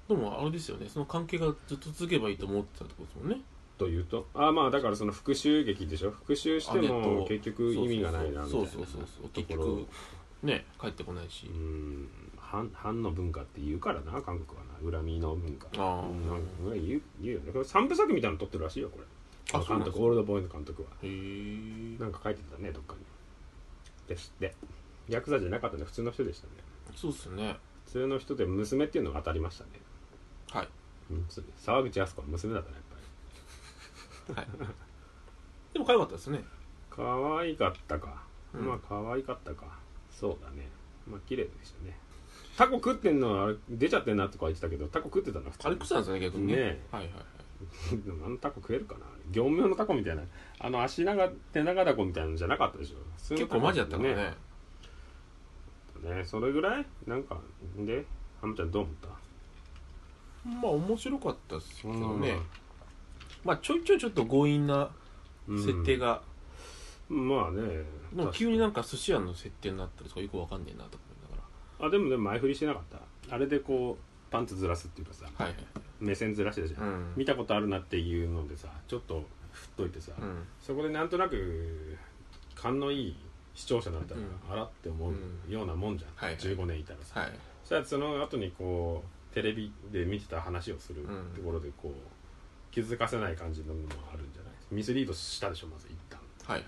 S1: でもあれですよねその関係がずっと続けばいいと思ってたってことですもんね
S2: というとあまあだからその復讐劇でしょ復讐して
S1: あネッ
S2: も
S1: ト
S2: 結局意味がないなみたい
S1: そ
S2: な
S1: うそうそうそう
S2: と
S1: 結
S2: ころ
S1: 局ね帰ってこないし
S2: うーん反反の文化って言うからな韓国はな恨みの文化
S1: あー
S2: うんなんか言う言うよねこれ三部作みたいなの撮ってるらしいよこれ
S1: あそう
S2: 監
S1: なんです
S2: 督
S1: か
S2: オールドボーイの監督は
S1: へえ
S2: なんか書いてたねどっかにですってヤクザじゃなかったね普通の人でしたね
S1: そうっすね
S2: 普通の人で娘っていうのが当たりましたね、
S1: はい
S2: うん、そう沢口靖子は娘だったねやっぱり
S1: でも可愛かったですね
S2: 可愛かったか、
S1: うん
S2: まあ可愛かったかそうだねまあ綺麗でしたねタコ食ってんのはあれ出ちゃってんなとか言ってたけどタコ食ってたな普
S1: あれ
S2: に
S1: クサなんですよね逆にね
S2: ねえ
S1: はいはいはい
S2: でもあのタコ食えるかなあれ業務用のタコみたいなあの足長手長ダコみたいなのじゃなかったでしょ普通の
S1: 結
S2: タコ
S1: 構マジだったから
S2: ね
S1: ね
S2: ねそれぐらいなんかでハムちゃんどう思った
S1: まあ面白かったですけど
S2: う
S1: ね
S2: ん
S1: まあちょいちょいちょっと強引な設定が
S2: まあね
S1: でも急になん
S2: か
S1: か寿司屋の設定になったりとかよくわかんねえなとか思いなが
S2: あでもでも前振りしてなかったあれでこうパンツずらすっていうかさ
S1: らはいはい
S2: 目線ずらしてたじゃん、
S1: うん
S2: 見たことあるなっていうのでさちょっと振っといてさ、
S1: うん
S2: そこでなんとなく勘のいい視聴者だったら、
S1: うん
S2: あらって思うようなもんじゃん、
S1: はいはい
S2: 15年いたらさ、
S1: はい
S2: そしたらその後にこうテレビで見てた話をする
S1: うん
S2: ところでこう、気づかせない感じのもあるんじゃないミスリードしたでしょまず一旦
S1: はいはい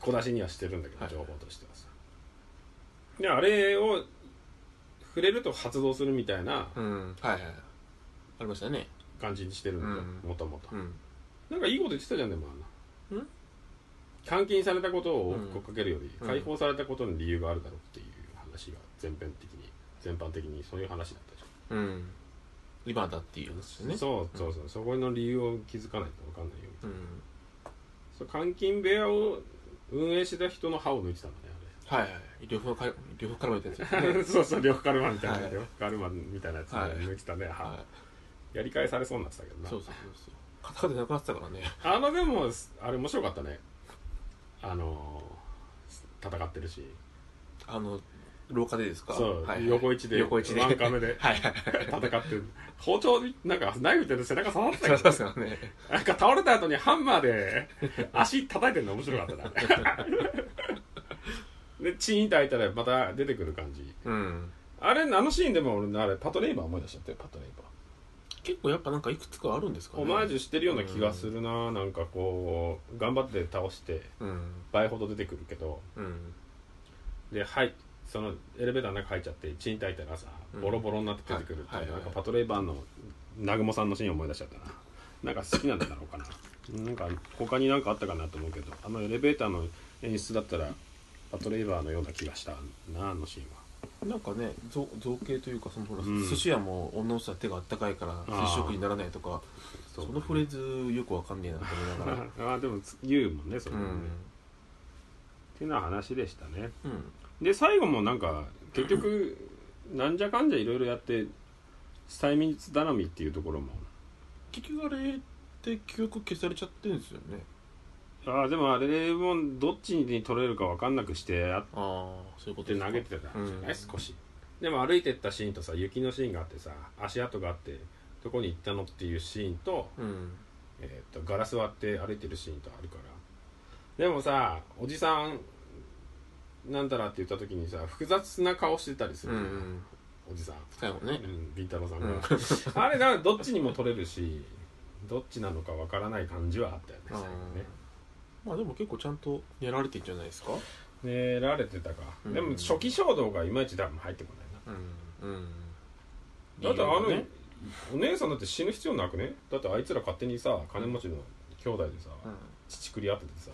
S2: 小出しにはしてるんだけど、
S1: はい
S2: 情報としてはさであれを触れると発動するみたいな
S1: うんはいはいありましたね
S2: 感じにしてるんだよ、
S1: うん
S2: もともと
S1: うん
S2: なんかいいこと言ってたじゃんでもあ
S1: ん
S2: 監禁されたことを追っかけるより、
S1: うん
S2: 解放されたことに理由があるだろうっていう話が全編的に全般的にそういう話だったじ
S1: うん今だっていう
S2: ゃん
S1: んですよね
S2: そうそうそう、そこの理由を気づかないと分かんないよ
S1: うん
S2: そう監禁部屋を運営してた人の歯を抜いてたんだね
S1: はいはい両方か両方絡めてるん です
S2: あ
S1: よ
S2: れ、
S1: ね
S2: そうそう呂布カルマみたいな、
S1: はい
S2: 呂布カルマみたいなやつ
S1: はい
S2: 抜いてたね、歯
S1: は
S2: やり返されそうになってたけど
S1: い
S2: な
S1: そうそうそうそうカタカタなくなってたからね
S2: あのでもあれ面白かったねあのー戦ってるし
S1: あの廊下でですか
S2: そう、
S1: はいはい
S2: 横一で
S1: 横一で
S2: ワンカメで
S1: はいはい
S2: 戦ってる包丁になんかナイフで背中刺さってた
S1: そう
S2: けど
S1: ですよね
S2: なんか倒れた後にハンマー で足叩いてるの面白かったなでチーンと開いたらまた出てくる感じ
S1: うん
S2: あれあのシーンでも俺あれパトレイバー思い出しちゃってパトレイバー
S1: 結構やっぱなんかいくつかあるんですかね
S2: オマージュしてるような気がするな、なんかこう頑張って倒して
S1: うん
S2: 倍ほど出てくるけど
S1: うん
S2: ではいそのエレベーターの中入っちゃってチンタいたらさ
S1: うん
S2: ボロボロになって出てくるって、
S1: はいはい
S2: な
S1: は
S2: ん
S1: い
S2: かパトレイバーの南雲さんのシーンを思い出しちゃったななんか好きなんだろうかななんか他になんかあったかなと思うけどあのエレベーターの演出だったらパトレイバーのような気がしたなあのシーンは
S1: なんかね造造形というかそのほら、
S2: うん
S1: 寿司屋も女の人は手があったかいから
S2: ー
S1: 接触にならないとかそ,、のフレーズよくわかんねえなと思いながら
S2: ああでも言うもんねそ れ
S1: う
S2: はね、っ
S1: ん、
S2: ていうのは話でしたね
S1: うん、
S2: で最後もなんか結局なんじゃかんじゃいろいろやって催眠術頼みっていうところも
S1: 結局あれって記憶消されちゃってるんですよね
S2: ああでもあれもどっちに取れるか分かんなくしてやっ
S1: ああそういうこと
S2: て
S1: ですか
S2: 投げてたじゃない、
S1: うん
S2: 少しでも歩いてったシーンとさ雪のシーンがあってさ足跡があってどこに行ったのっていうシーンと,、
S1: うん
S2: えーとガラス割って歩いてるシーンとあるからでもさおじさんなんたらって言った時にさ複雑な顔してたりす
S1: う
S2: る、
S1: んうん
S2: おじさん
S1: 最後ね
S2: うん、ビンタロウさん
S1: うん
S2: が、あれがどっちにも取れるしどっちなのかわからない感じはあったよね
S1: あー
S2: 最後ね
S1: まあでも結構ちゃんとやられてんじゃないですか
S2: 練られてたか、
S1: うん
S2: でも初期衝動がいまいち多分入ってこない
S1: うんうん
S2: なだってあの、
S1: 理由がね
S2: お姉さんだって死ぬ必要なくねだってあいつら勝手にさ金持ちの兄弟でさ、
S1: うん
S2: 乳くり合っててさ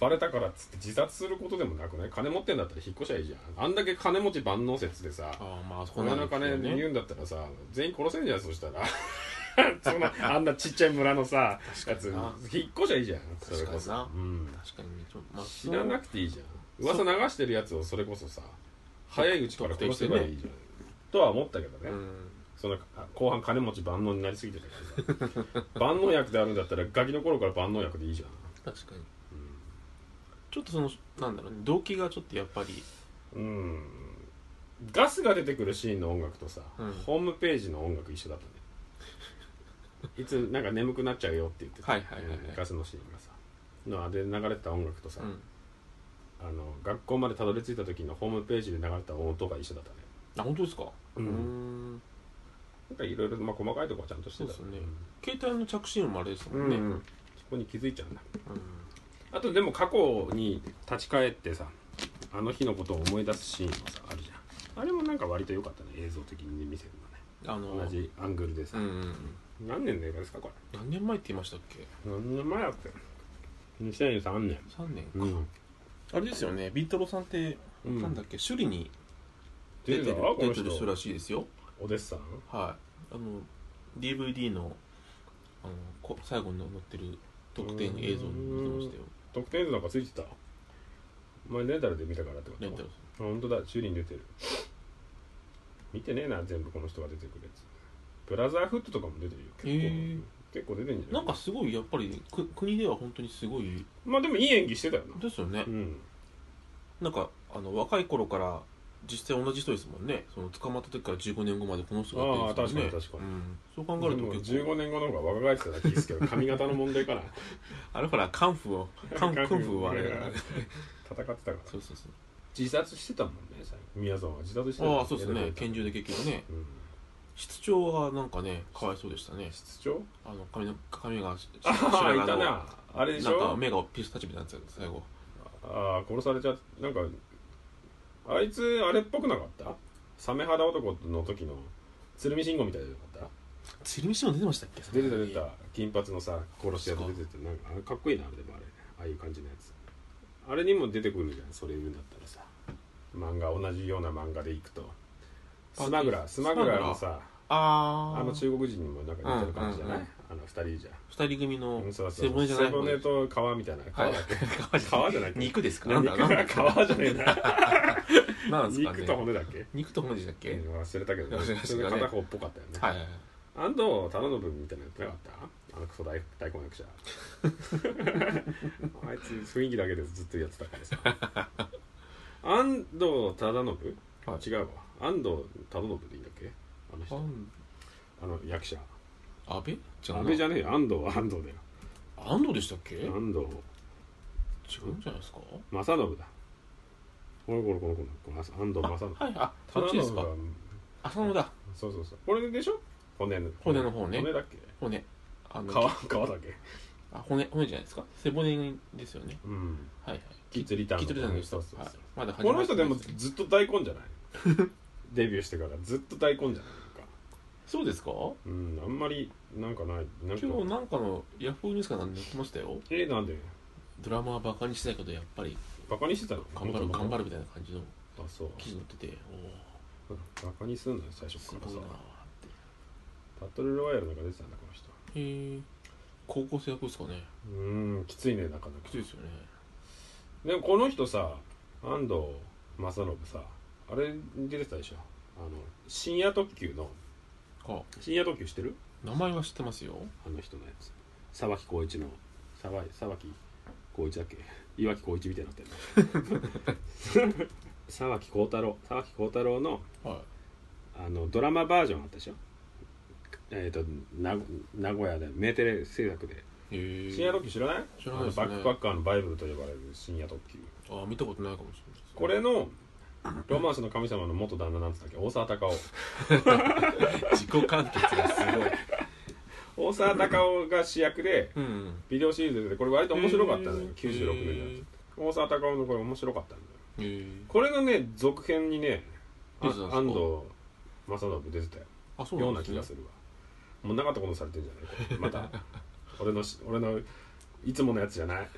S2: バレたからっつって自殺することでもなくない金持ってんだったら引っ越しゃいいじゃんあんだけ金持ち万能説でさ
S1: ああまああそこ
S2: この
S1: なん
S2: 中
S1: です
S2: ね
S1: よね
S2: 言うんだったらさ全員殺せんじゃんそしたら そんなあんなちっちゃい村のさやつ
S1: にな
S2: 引っ越しゃいいじゃんそ
S1: 確
S2: れ
S1: か
S2: こ
S1: に
S2: そ、
S1: な
S2: うん、
S1: 確かにちょまあ
S2: 知らなくていいじゃん噂流してるやつをそれこそさ早いうちから殺せばいいじゃん、とは思ったけどね、
S1: うん
S2: そのあ後半金持ち万能になりすぎてたから さ万能薬であるんだったらガキの頃から万能薬でいいじゃん
S1: 確かにちょっとそのなんだろうね動機がちょっとやっぱり
S2: うんガスが出てくるシーンの音楽とさ、
S1: うん
S2: ホームページの音楽一緒だ ったねいつなんか眠くなっちゃうよって言ってた、
S1: はいはいはいはい
S2: うんガスのシーンがさのあれで流れてた音楽とさ、
S1: うん
S2: あの学校までたどり着いた時のホームページで流れた音が一緒だったね
S1: あ本当ですか
S2: う
S1: うんん
S2: なんかいろいろまあ細かいとこはちゃんとしてた
S1: そうですよね携帯の着信音もあれです
S2: う
S1: も
S2: ん
S1: んね
S2: う
S1: うん
S2: んそこに気づいちゃうんだあとでも過去に立ち返ってさあの日のことを思い出すシーンもさあるじゃんあれもなんか割と良かったね映像的に見せる
S1: あ
S2: のね
S1: の
S2: 同じアングルでさ、
S1: うんうん
S2: 何年の映画ですかこ
S1: 何年前って言いましたっけ
S2: れ何年前だったよ2003年
S1: 3年か
S2: うん
S1: あれですよねビントロさんって
S2: うん
S1: なんだっけ首里に
S2: 出
S1: 出
S2: て
S1: て
S2: る
S1: る
S2: この
S1: 出
S2: 人
S1: てる人らしいですよ
S2: お弟子さん
S1: はいあの DVD のあのこ最後に載ってる特典映像に出てましたよ
S2: 特典映像なんかついてたお前レンタルで見たからってこと
S1: レンタル
S2: あ本当だ修理に出てる見てねえな全部この人が出てくるやつブラザーフットとかも出てるよ結構、
S1: へえ
S2: 結構出てんじゃな
S1: ないんかすごいやっぱりく国では本当にすごい
S2: まあでもいい演技してたよな
S1: ですよね
S2: うん
S1: なんかあの若い頃から実際同じ人ですもんねその捕まった時から15年後までこの人がやってるんですもんね
S2: ああ確かに確かに
S1: うん、そう考え
S2: で
S1: ると
S2: も
S1: 結構
S2: 15年後の方が若返ってただけですけど髪型の問題から
S1: あれほらカンフー をカン
S2: カンフ
S1: ク
S2: ー
S1: ンフーはあれだからね
S2: 戦ってたから
S1: そうそうそう
S2: 自殺してたもんね最後宮沢は自殺してた
S1: ああそうですね拳銃
S2: で、
S1: で結局ね
S2: うん、
S1: 室長はなんかねかわいそうでしたね
S2: 室長
S1: あの髪の髪がし
S2: あ
S1: 白
S2: あ
S1: 髪
S2: い
S1: の
S2: たなあれでし
S1: なんか
S2: ょ
S1: 目がピスタチオみたいになってた最後
S2: ああ殺されちゃなんかあいつあれっぽくなかったサメ肌男の時の鶴見慎吾みたいじゃなかっ
S1: 鶴見市も出てましたっけ
S2: た出てた出てた金髪のさ殺し屋で出ててなんかあれかっこいいなあれでもあれああいう感じのやつあれにも出てくるじゃんそれ言うんだったらさ漫画同じような漫画でいくとスマグラースマグラーのさ
S1: あー
S2: あの中国人にもなんか似てる感じじゃない、
S1: うんうん
S2: あの二人じゃん
S1: 二人組の
S2: うんそうそう
S1: 背骨じゃない
S2: 背
S1: 方
S2: 骨
S1: で
S2: と皮みたいな皮だっけ、
S1: はい
S2: 皮じゃない
S1: 肉ですかなんだなんだ
S2: 皮じゃねえな
S1: なんですかね
S2: 肉と骨だっけ
S1: 肉と骨でしたっけ、
S2: うん忘れたけど、
S1: 忘れ
S2: ね
S1: ま、した
S2: そ
S1: けどね
S2: れで片方っぽかったよね、
S1: はいはいはい
S2: 安藤忠信みたいなのやってなかったあのクソ大大根役者 あいつ雰囲気だけでずっとやってたからさ安藤忠信
S1: はい
S2: 違うわ安藤忠信でいいんだっけあの
S1: あ
S2: 人あの役者
S1: 安倍じゃ
S2: 安倍じ
S1: ゃ
S2: ゃねえよ安藤は安藤だよ
S1: 安藤でしたっけ違
S2: 安藤
S1: うんじゃないですか
S2: 正信だこのこのこのこの安藤正信
S1: はいあそっちですか
S2: 忠信は
S1: あそのだ
S2: そうそうそうこれでしょ骨の
S1: 骨の方ね
S2: 骨だっけ
S1: 骨あの
S2: 皮皮だっけ
S1: あ骨骨じゃないですか背骨ですよね
S2: うん
S1: はいはい
S2: キッズリターン
S1: 聞いてるじゃないですか
S2: そうそうそう
S1: はいまだ始
S2: こ
S1: ま
S2: の
S1: って
S2: 人
S1: な
S2: で
S1: い
S2: も
S1: す
S2: ずっと大根じゃない デビューしてからずっと大根じゃないなんか
S1: そうですか
S2: うんあんまりなんかないなんか
S1: 今日なんかのヤフーニュースかなんで載ってましたよ
S2: えなんで
S1: ドラマはバカにしてないけどやっぱり
S2: バカにしてたの
S1: 頑張る頑張
S2: る
S1: るみたいな感じの
S2: あそう
S1: 記事載っててお
S2: バカにすんのよ最
S1: お
S2: 初
S1: す
S2: から
S1: ごい
S2: さ
S1: なーっ
S2: バトルロワイヤルなんか出てたんだこの人
S1: てへえ高校生役ですかね
S2: うーんきついねなかなか
S1: きついですよね
S2: でもこの人さ安藤正信さあれに出てたでしょあの深夜特急の
S1: あ
S2: 深夜特急してる
S1: 名前は知ってますよ
S2: あの人のやつ沢木浩一の沢木沢木浩一だっけ岩木浩一みたいになってる の沢木浩太郎沢木浩太郎の
S1: は
S2: あのドラマバージョンあったでしょえっ、と名名古屋でメーテレ制作で
S1: いへえ
S2: 深夜特急知らない
S1: 知らないですね
S2: あのバックパッカーのバイブルと呼ばれる深夜特急
S1: あ見たことないかもしれない
S2: これのロマンスの神様の元旦那なんつったっけ大沢たかお
S1: 自己完結がすごい
S2: 大沢たかおが主役で
S1: うん
S2: ビデオシリーズで出てこれ割と面白かったのよ
S1: へー
S2: 96年のやつ大沢たかおのこれ面白かったんだよ
S1: へえ
S2: これのね続編にねあ
S1: 出てたんですか
S2: 安藤正信出てたよ
S1: あそう
S2: よう
S1: な
S2: なん
S1: です
S2: 気
S1: ね
S2: がするわもうなかったことされてんじゃないこれまた 俺のし俺のいつものやつじゃない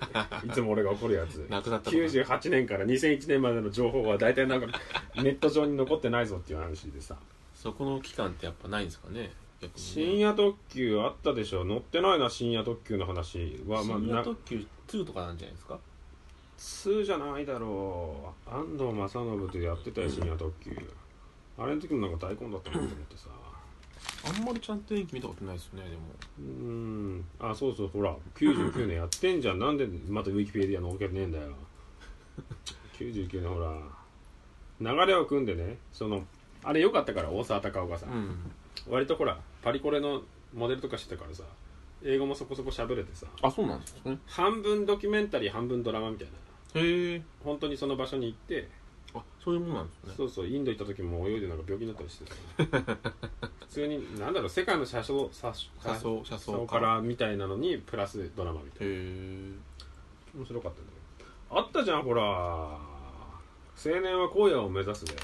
S2: いつも俺が怒るやつ
S1: なくなったのか
S2: 98年から2001年までの情報は大体なんか ネット上に残ってないぞっていう話でさ
S1: そこの期間ってやっぱないんですかね逆
S2: 深
S1: 夜
S2: 夜特急あったでしょ乗ってないな深夜特急の話はまあ
S1: 深夜
S2: な
S1: 特急2とかなんじゃないですか
S2: 通じゃないだろう安藤正信とやってたよ深夜特急あれの時もなんか大根だったなと思ってさ
S1: あんまりちゃんと演技見たことないですねでも
S2: うーんあそうそうほら99年やってんじゃんなんでまたウィキペディアのけてねえんだよ99年ほら流れを組んでねそのあれ良かったから大沢たかおがさ、
S1: うん
S2: 割とほらパリコレのモデルとかしてたからさ英語もそこそこ喋れてさ
S1: あそうなんですね
S2: 半分ドキュメンタリー半分ドラマみたいな
S1: へえ
S2: 本当にその場所に行って
S1: あそういうもんなんですね
S2: そうそうインド行った時も泳いでなんか病気になったりしてた 普通になんだろう世界の車窓車
S1: 車窓車
S2: そ
S1: 窓
S2: こか
S1: から
S2: らみたいなのにプラスドラマみたい
S1: へえ
S2: な面白かったんだけどあったじゃんほら青年は荒野を目指すだよ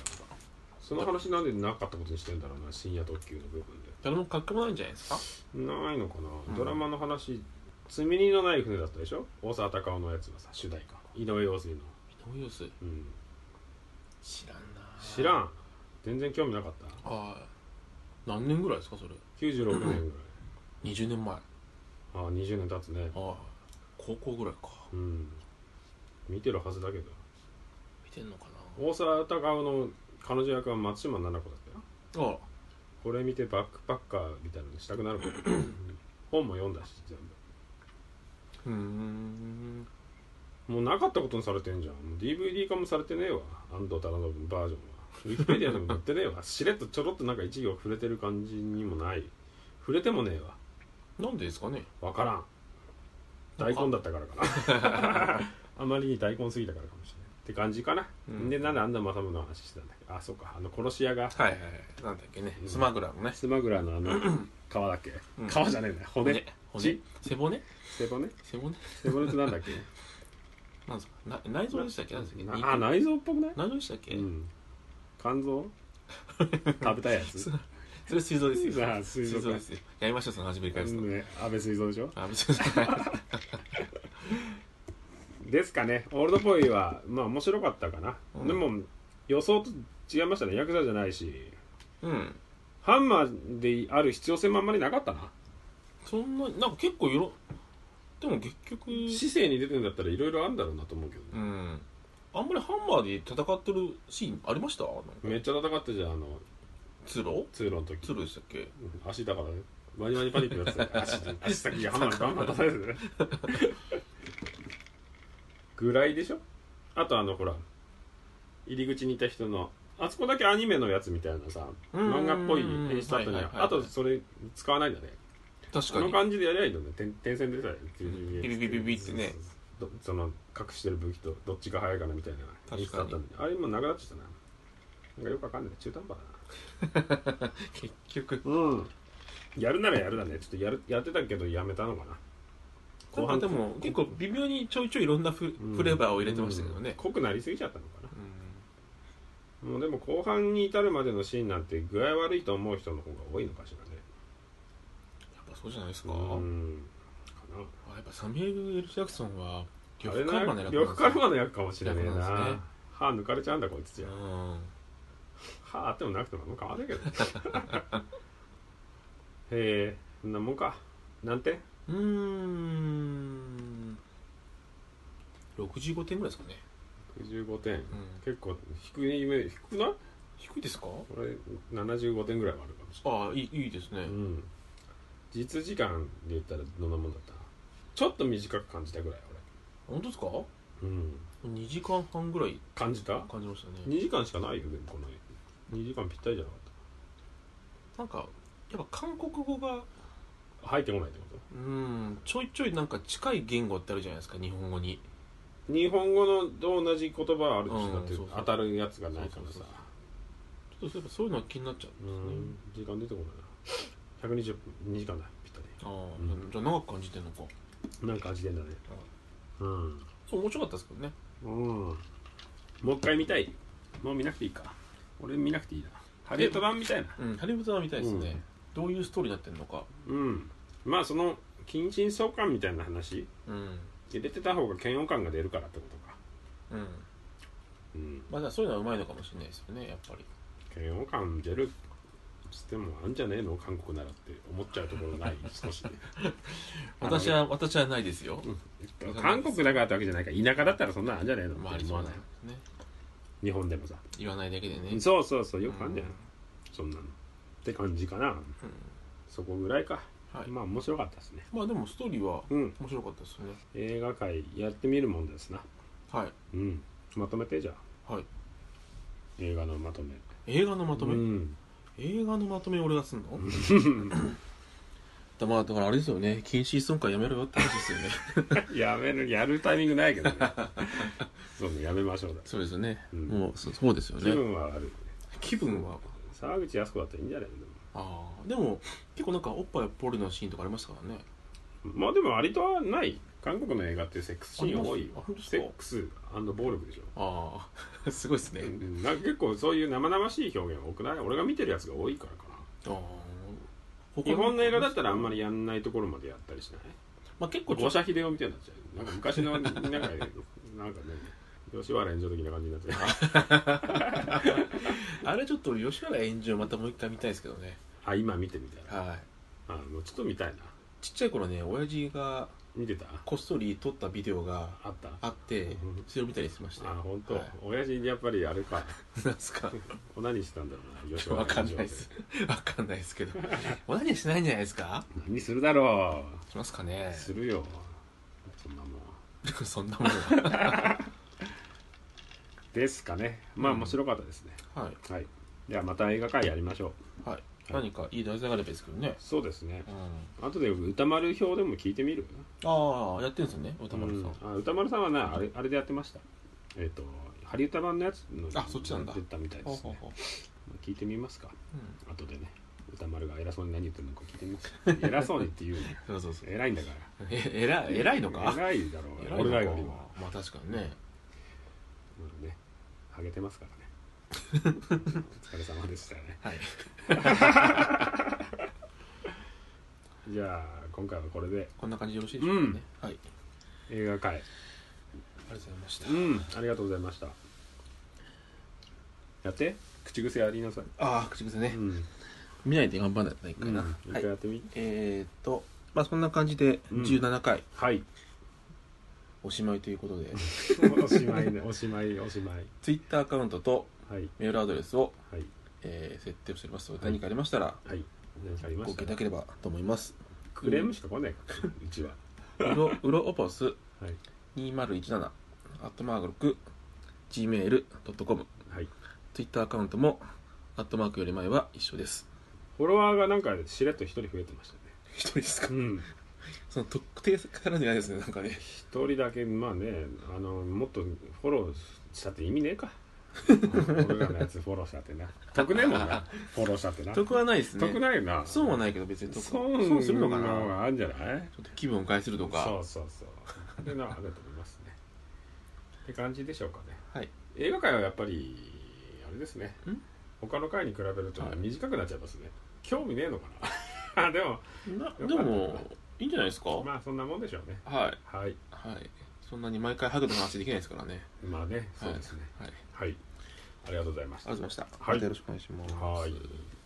S2: その話なんでなかったことにしてんだろうな深夜特急の部分で
S1: 誰も書き込まないんじゃないですか
S2: ないのかな、
S1: うん
S2: ドラマの話積み荷のない船だったでしょ大沢たかおのやつはさ主題歌井上陽水の、
S1: 井上陽水
S2: うん、
S1: 知らんな
S2: 知らん全然興味なかった
S1: はい何年ぐらいですかそれ
S2: 96年ぐらい
S1: 20年前はい
S2: ああ20年経つね
S1: 高校ぐらいか
S2: うん見てるはずだけど
S1: 見てんのか
S2: 大沢たかおの彼女役は松島菜々子だったよ
S1: なあ
S2: これ見てバックパッカーみたいなのしたくな るもん本も読んだし全
S1: うーん
S2: 部もうなかったことにされてんじゃんもう DVD 化もされてねえわ安藤忠信バージョンはウィキペディアでも載ってねえ わしれっとちょろっとなんか一行触れてる感じにもない触れてもねえわ
S1: なんでですかね
S2: わからん大根だったからかな あまりに大根すぎたからかもしれないって感じかな、
S1: うん
S2: でなんであんな正宗の話してたんだっけあそうかあの殺し屋が
S1: はいはいはいなんだっけね
S2: うん
S1: スマグラのね
S2: スマグラーの あの皮だっけ、
S1: うん
S2: 皮じゃねえんだよ骨、
S1: ね骨
S2: 血
S1: 背骨
S2: 背骨
S1: 背骨
S2: 背骨ってなんだ っけ
S1: なんですかな内臓でしたっけなんですか
S2: あ内臓っぽくない、
S1: 内臓でしたっけ、
S2: うん、肝臓食べたいやつ
S1: そそれ膵臓です よ
S2: あ膵臓
S1: 膵
S2: か
S1: 臓ですよやりましょうその初めり返すと、
S2: ね安倍水臓でしょ
S1: あ別に
S2: ですかねオールドボーイはまあ面白かったかな、
S1: うん
S2: でも予想と違いましたねヤクザじゃないし
S1: うん
S2: ハンマーである必要性もあんまりなかったな
S1: そんななんか結構よろでも結局
S2: 市政に出てるんだったらいろいろあるんだろうなと思うけど、
S1: うんあんまりハンマーで戦ってるシーンありましたなんか
S2: めっちゃ戦ってじゃんあの
S1: 通路
S2: 通路の時
S1: 通路でしたっけ
S2: うん足だからねワニワニパニックになってたよ足足先がハンマーにバンバン出されてるぐらいでしょあとあのほら入り口にいた人のあそこだけアニメのやつみたいなさ
S1: うん
S2: 漫画っぽい演出あ
S1: はい
S2: ったじゃん
S1: はいはいはい
S2: あとそれ使わないんだね
S1: 確
S2: あ
S1: か
S2: の
S1: に
S2: 感じでやりゃいいのね点点線でさビ
S1: ビビビビビってね
S2: どその隠してる武器とどっちが早いかなみたいな演出あったんだよあれもなくなっちゃったななんかよくわかんない中途半端だな
S1: 結局
S2: うんやるならやるだねちょっとやるやってたけどやめたのかな
S1: 後半でも結構微妙にちょいちょいいろんなフ,、
S2: うん
S1: レーバーを入れてましたけど
S2: うん
S1: ね、
S2: 濃くなりすぎちゃったのかな
S1: うん
S2: もうでも後半に至るまでのシーンなんて具合悪いと思う人の方が多いのかしらね
S1: やっぱそうじゃないですか、
S2: うん
S1: あやっぱサミュエル・ジャクソンは
S2: かな
S1: 呂布カルマの役
S2: 呂布カル
S1: な
S2: マ
S1: ん
S2: の役かもしれねえ
S1: 役なんです
S2: な
S1: ね
S2: 歯抜かれちゃうんだこいつ
S1: です
S2: じゃ
S1: よう
S2: 歯あってもなくてもあんま変わんないけど へえそんなもんか何点
S1: んうーん65点ぐらいですかね、
S2: ?15 点
S1: うん
S2: 結構低い目低くない
S1: 低いですか
S2: これ75点ぐらいはあるかもしれない
S1: ああいいいいですね、
S2: うん実時間で言ったらどんなもんだったちょっと短く感じたぐらい
S1: 本当ですか
S2: 俺うん
S1: 2時間半ぐらい
S2: 感じた
S1: 感じましたね
S2: 2時間しかないよでもこの2時間ぴったりじゃなかっ
S1: なんかやっぱ韓国語が
S2: た入ってこないってこ
S1: うんちょいちょいなんか近い言語ってあるじゃないですか日本語に
S2: と日本語のと同じ言葉はあるでしょ、
S1: うん
S2: だって
S1: そうそう
S2: 当たるやつがないから
S1: そう
S2: さ
S1: そうちょっとそういえばそういうのは気になっちゃうん
S2: う
S1: ですね、
S2: ん時間出てこないな120分2時間だぴった
S1: ああ、
S2: うん
S1: じゃあ長く感じてんのか
S2: りなんか味出んだねうん
S1: そう面白かったですけどね
S2: うんもう一回見たいもう見なくていいか俺見なくていいなハリウッド版みたいな
S1: うんハリウッドは見たいですね、どういうストーリーになってんのか
S2: うんまあその近親相関みたいな話
S1: うん
S2: 入れてた方が嫌悪感が出るからってことか
S1: うん
S2: うん
S1: まあだからそういうのはうまいのかもしれないですよねやっぱり
S2: 嫌悪感出るつってもあんじゃねえの韓国ならって思っちゃうところない 少し
S1: 私は私はないですよ、
S2: 韓国だからってわけじゃないから田舎だったらそんなんあんじゃねえのっ
S1: まああ
S2: て
S1: り
S2: 思
S1: そう
S2: わな
S1: ないんですね
S2: 日本でもさ
S1: 言わないだけでね
S2: そうそうそうよくあんじゃん、
S1: うん
S2: そんなのって感じかな
S1: うん
S2: そこぐらいか、
S1: はい
S2: まあ面白かったですね
S1: まあでもストーリーは
S2: うん
S1: 面白かったですよね
S2: 映画界やってみるもんですな
S1: はい
S2: うんまとめてじゃあ
S1: はい
S2: 映画のまとめ
S1: 映画のまとめ、
S2: うん
S1: 映画のまとめ俺がすんのだまあだからあれですよね禁止損壊やめろよって話です よね
S2: やめるやるタイミングないけどね そうねやめましょうだ
S1: そうですよね、
S2: うん
S1: もうそそうですよ
S2: 気
S1: ね
S2: 分は悪い
S1: 気分は
S2: 沢口靖子だったらいいんじゃないので
S1: ああでも結構なんかおっぱいポルのシーンとかありましたからね
S2: もまあでも割とはない韓国の映画ってセックスシーン多い
S1: あ
S2: よ
S1: 本当ですか
S2: セックス暴力でしょ
S1: ああ すごいですね、
S2: うんなんか結構そういう生々しい表現多くない俺が見てるやつが多いからかな
S1: ああ他
S2: 日本の映画だったらあんまりやんないところまでやったりしない
S1: まあ結構ちょ
S2: 五
S1: っと
S2: 社秀夫みたいになっちゃうなんか昔のなんかなんかね吉原炎上的な感じになっちゃう
S1: あれちょっと吉原炎上またもう一回見たいですけどね
S2: あ今見てみたいな
S1: はい
S2: あもうちょっと見たいな
S1: ちっちゃい頃ね親父が
S2: 見てた
S1: こっそり撮ったビデオが
S2: あった
S1: あって
S2: うん
S1: それを見たりしてました
S2: あ
S1: よ
S2: 本当、
S1: はい
S2: 親父にやっぱりあれ か
S1: なんすか
S2: 何したんだろうな吉
S1: わかんないで
S2: 炎上
S1: すわかんないですけどお何してないんじゃないですか
S2: 何するだろ
S1: しますか
S2: う
S1: ね
S2: するよそんなもん
S1: そんなもんは
S2: ですかねまあ
S1: うん
S2: 面白かったですね、
S1: はい
S2: はいではまた映画会やりましょう
S1: はい何かいい題材があればいいですけどね
S2: そうですね
S1: うん
S2: 後で歌丸表でも聞いてみる
S1: ああやってるんですよね歌丸さん
S2: うんあ歌丸さんはねあれあれでやってましたえっ、とハリウッド版のやつの
S1: あそっちなんだ
S2: 出たみたい
S1: ほ
S2: で
S1: う
S2: す
S1: ほう
S2: ね
S1: ほう
S2: まあ聞いてみますか
S1: うん
S2: 後でね歌丸が偉そうに何言ってるのか聞いてみます偉そうにって言うね
S1: そうそうそう
S2: 偉いんだか
S1: ええらい偉いの
S2: ら
S1: か
S2: 偉いだろ
S1: 偉いうの
S2: が
S1: か
S2: 俺らよりも
S1: まあ確かにね
S2: うんねハゲてますからね お疲れ様でしたね
S1: はい
S2: じゃあ今回はこれで
S1: こんな感じでよろしいでしょうかねはい
S2: 映画会
S1: ありがとうございました
S2: うんありがとうございましたやって口癖やりなさい
S1: ああ口癖ね
S2: うん
S1: 見ないで頑張らないといけないな
S2: うん一
S1: は
S2: 回
S1: い
S2: やってみ
S1: えーっとまあそんな感じで
S2: うん
S1: 17回
S2: はい
S1: おしまいということで
S2: おしまいねおしまいおしまい
S1: Twitter アカウントと
S2: はい
S1: メールアドレスを
S2: はい
S1: えー設定をしておりますので何かありましたら
S2: はい何かありま
S1: ご
S2: し
S1: 受け
S2: た
S1: いただければと思います
S2: クレームしか来ないからうちは
S1: うろうろおぽす
S2: はい
S1: 2017アットマーク gmail.com
S2: はい
S1: ツイッターアカウントもアットマークより前は一緒です
S2: フォロワーがなんかしれっと一人増えてましたね
S1: 一人ですか
S2: うん
S1: その特定からじゃないですねなんかね
S2: 一人だけまあねあのもっとフォローしたって意味ねえか俺らのやつフォローしたってな得ねえもんなフォローしたってな得
S1: 得はないですね
S2: ないよな
S1: 損はないけど別に得
S2: 損
S1: 損するのかな
S2: があるんじゃない
S1: ちょっと気分を変えするとか
S2: そうそうそうでなあると思いますねって感じでしょうかね
S1: はい
S2: 映画界はやっぱりあれですね
S1: ん
S2: 他の回に比べると
S1: はい
S2: 短くなっちゃいますね、興味ねえのかな あでも
S1: な
S2: た
S1: でもいいんじゃないですか、
S2: まあそんなもんでしょうね
S1: はい
S2: はい
S1: はいそんなに毎回ハグの話できないですからね
S2: まあねそうですね
S1: はい、はい、あり
S2: はい、ありがとうございまし
S1: がとうございました、
S2: はい
S1: またよろしくお願いします
S2: はい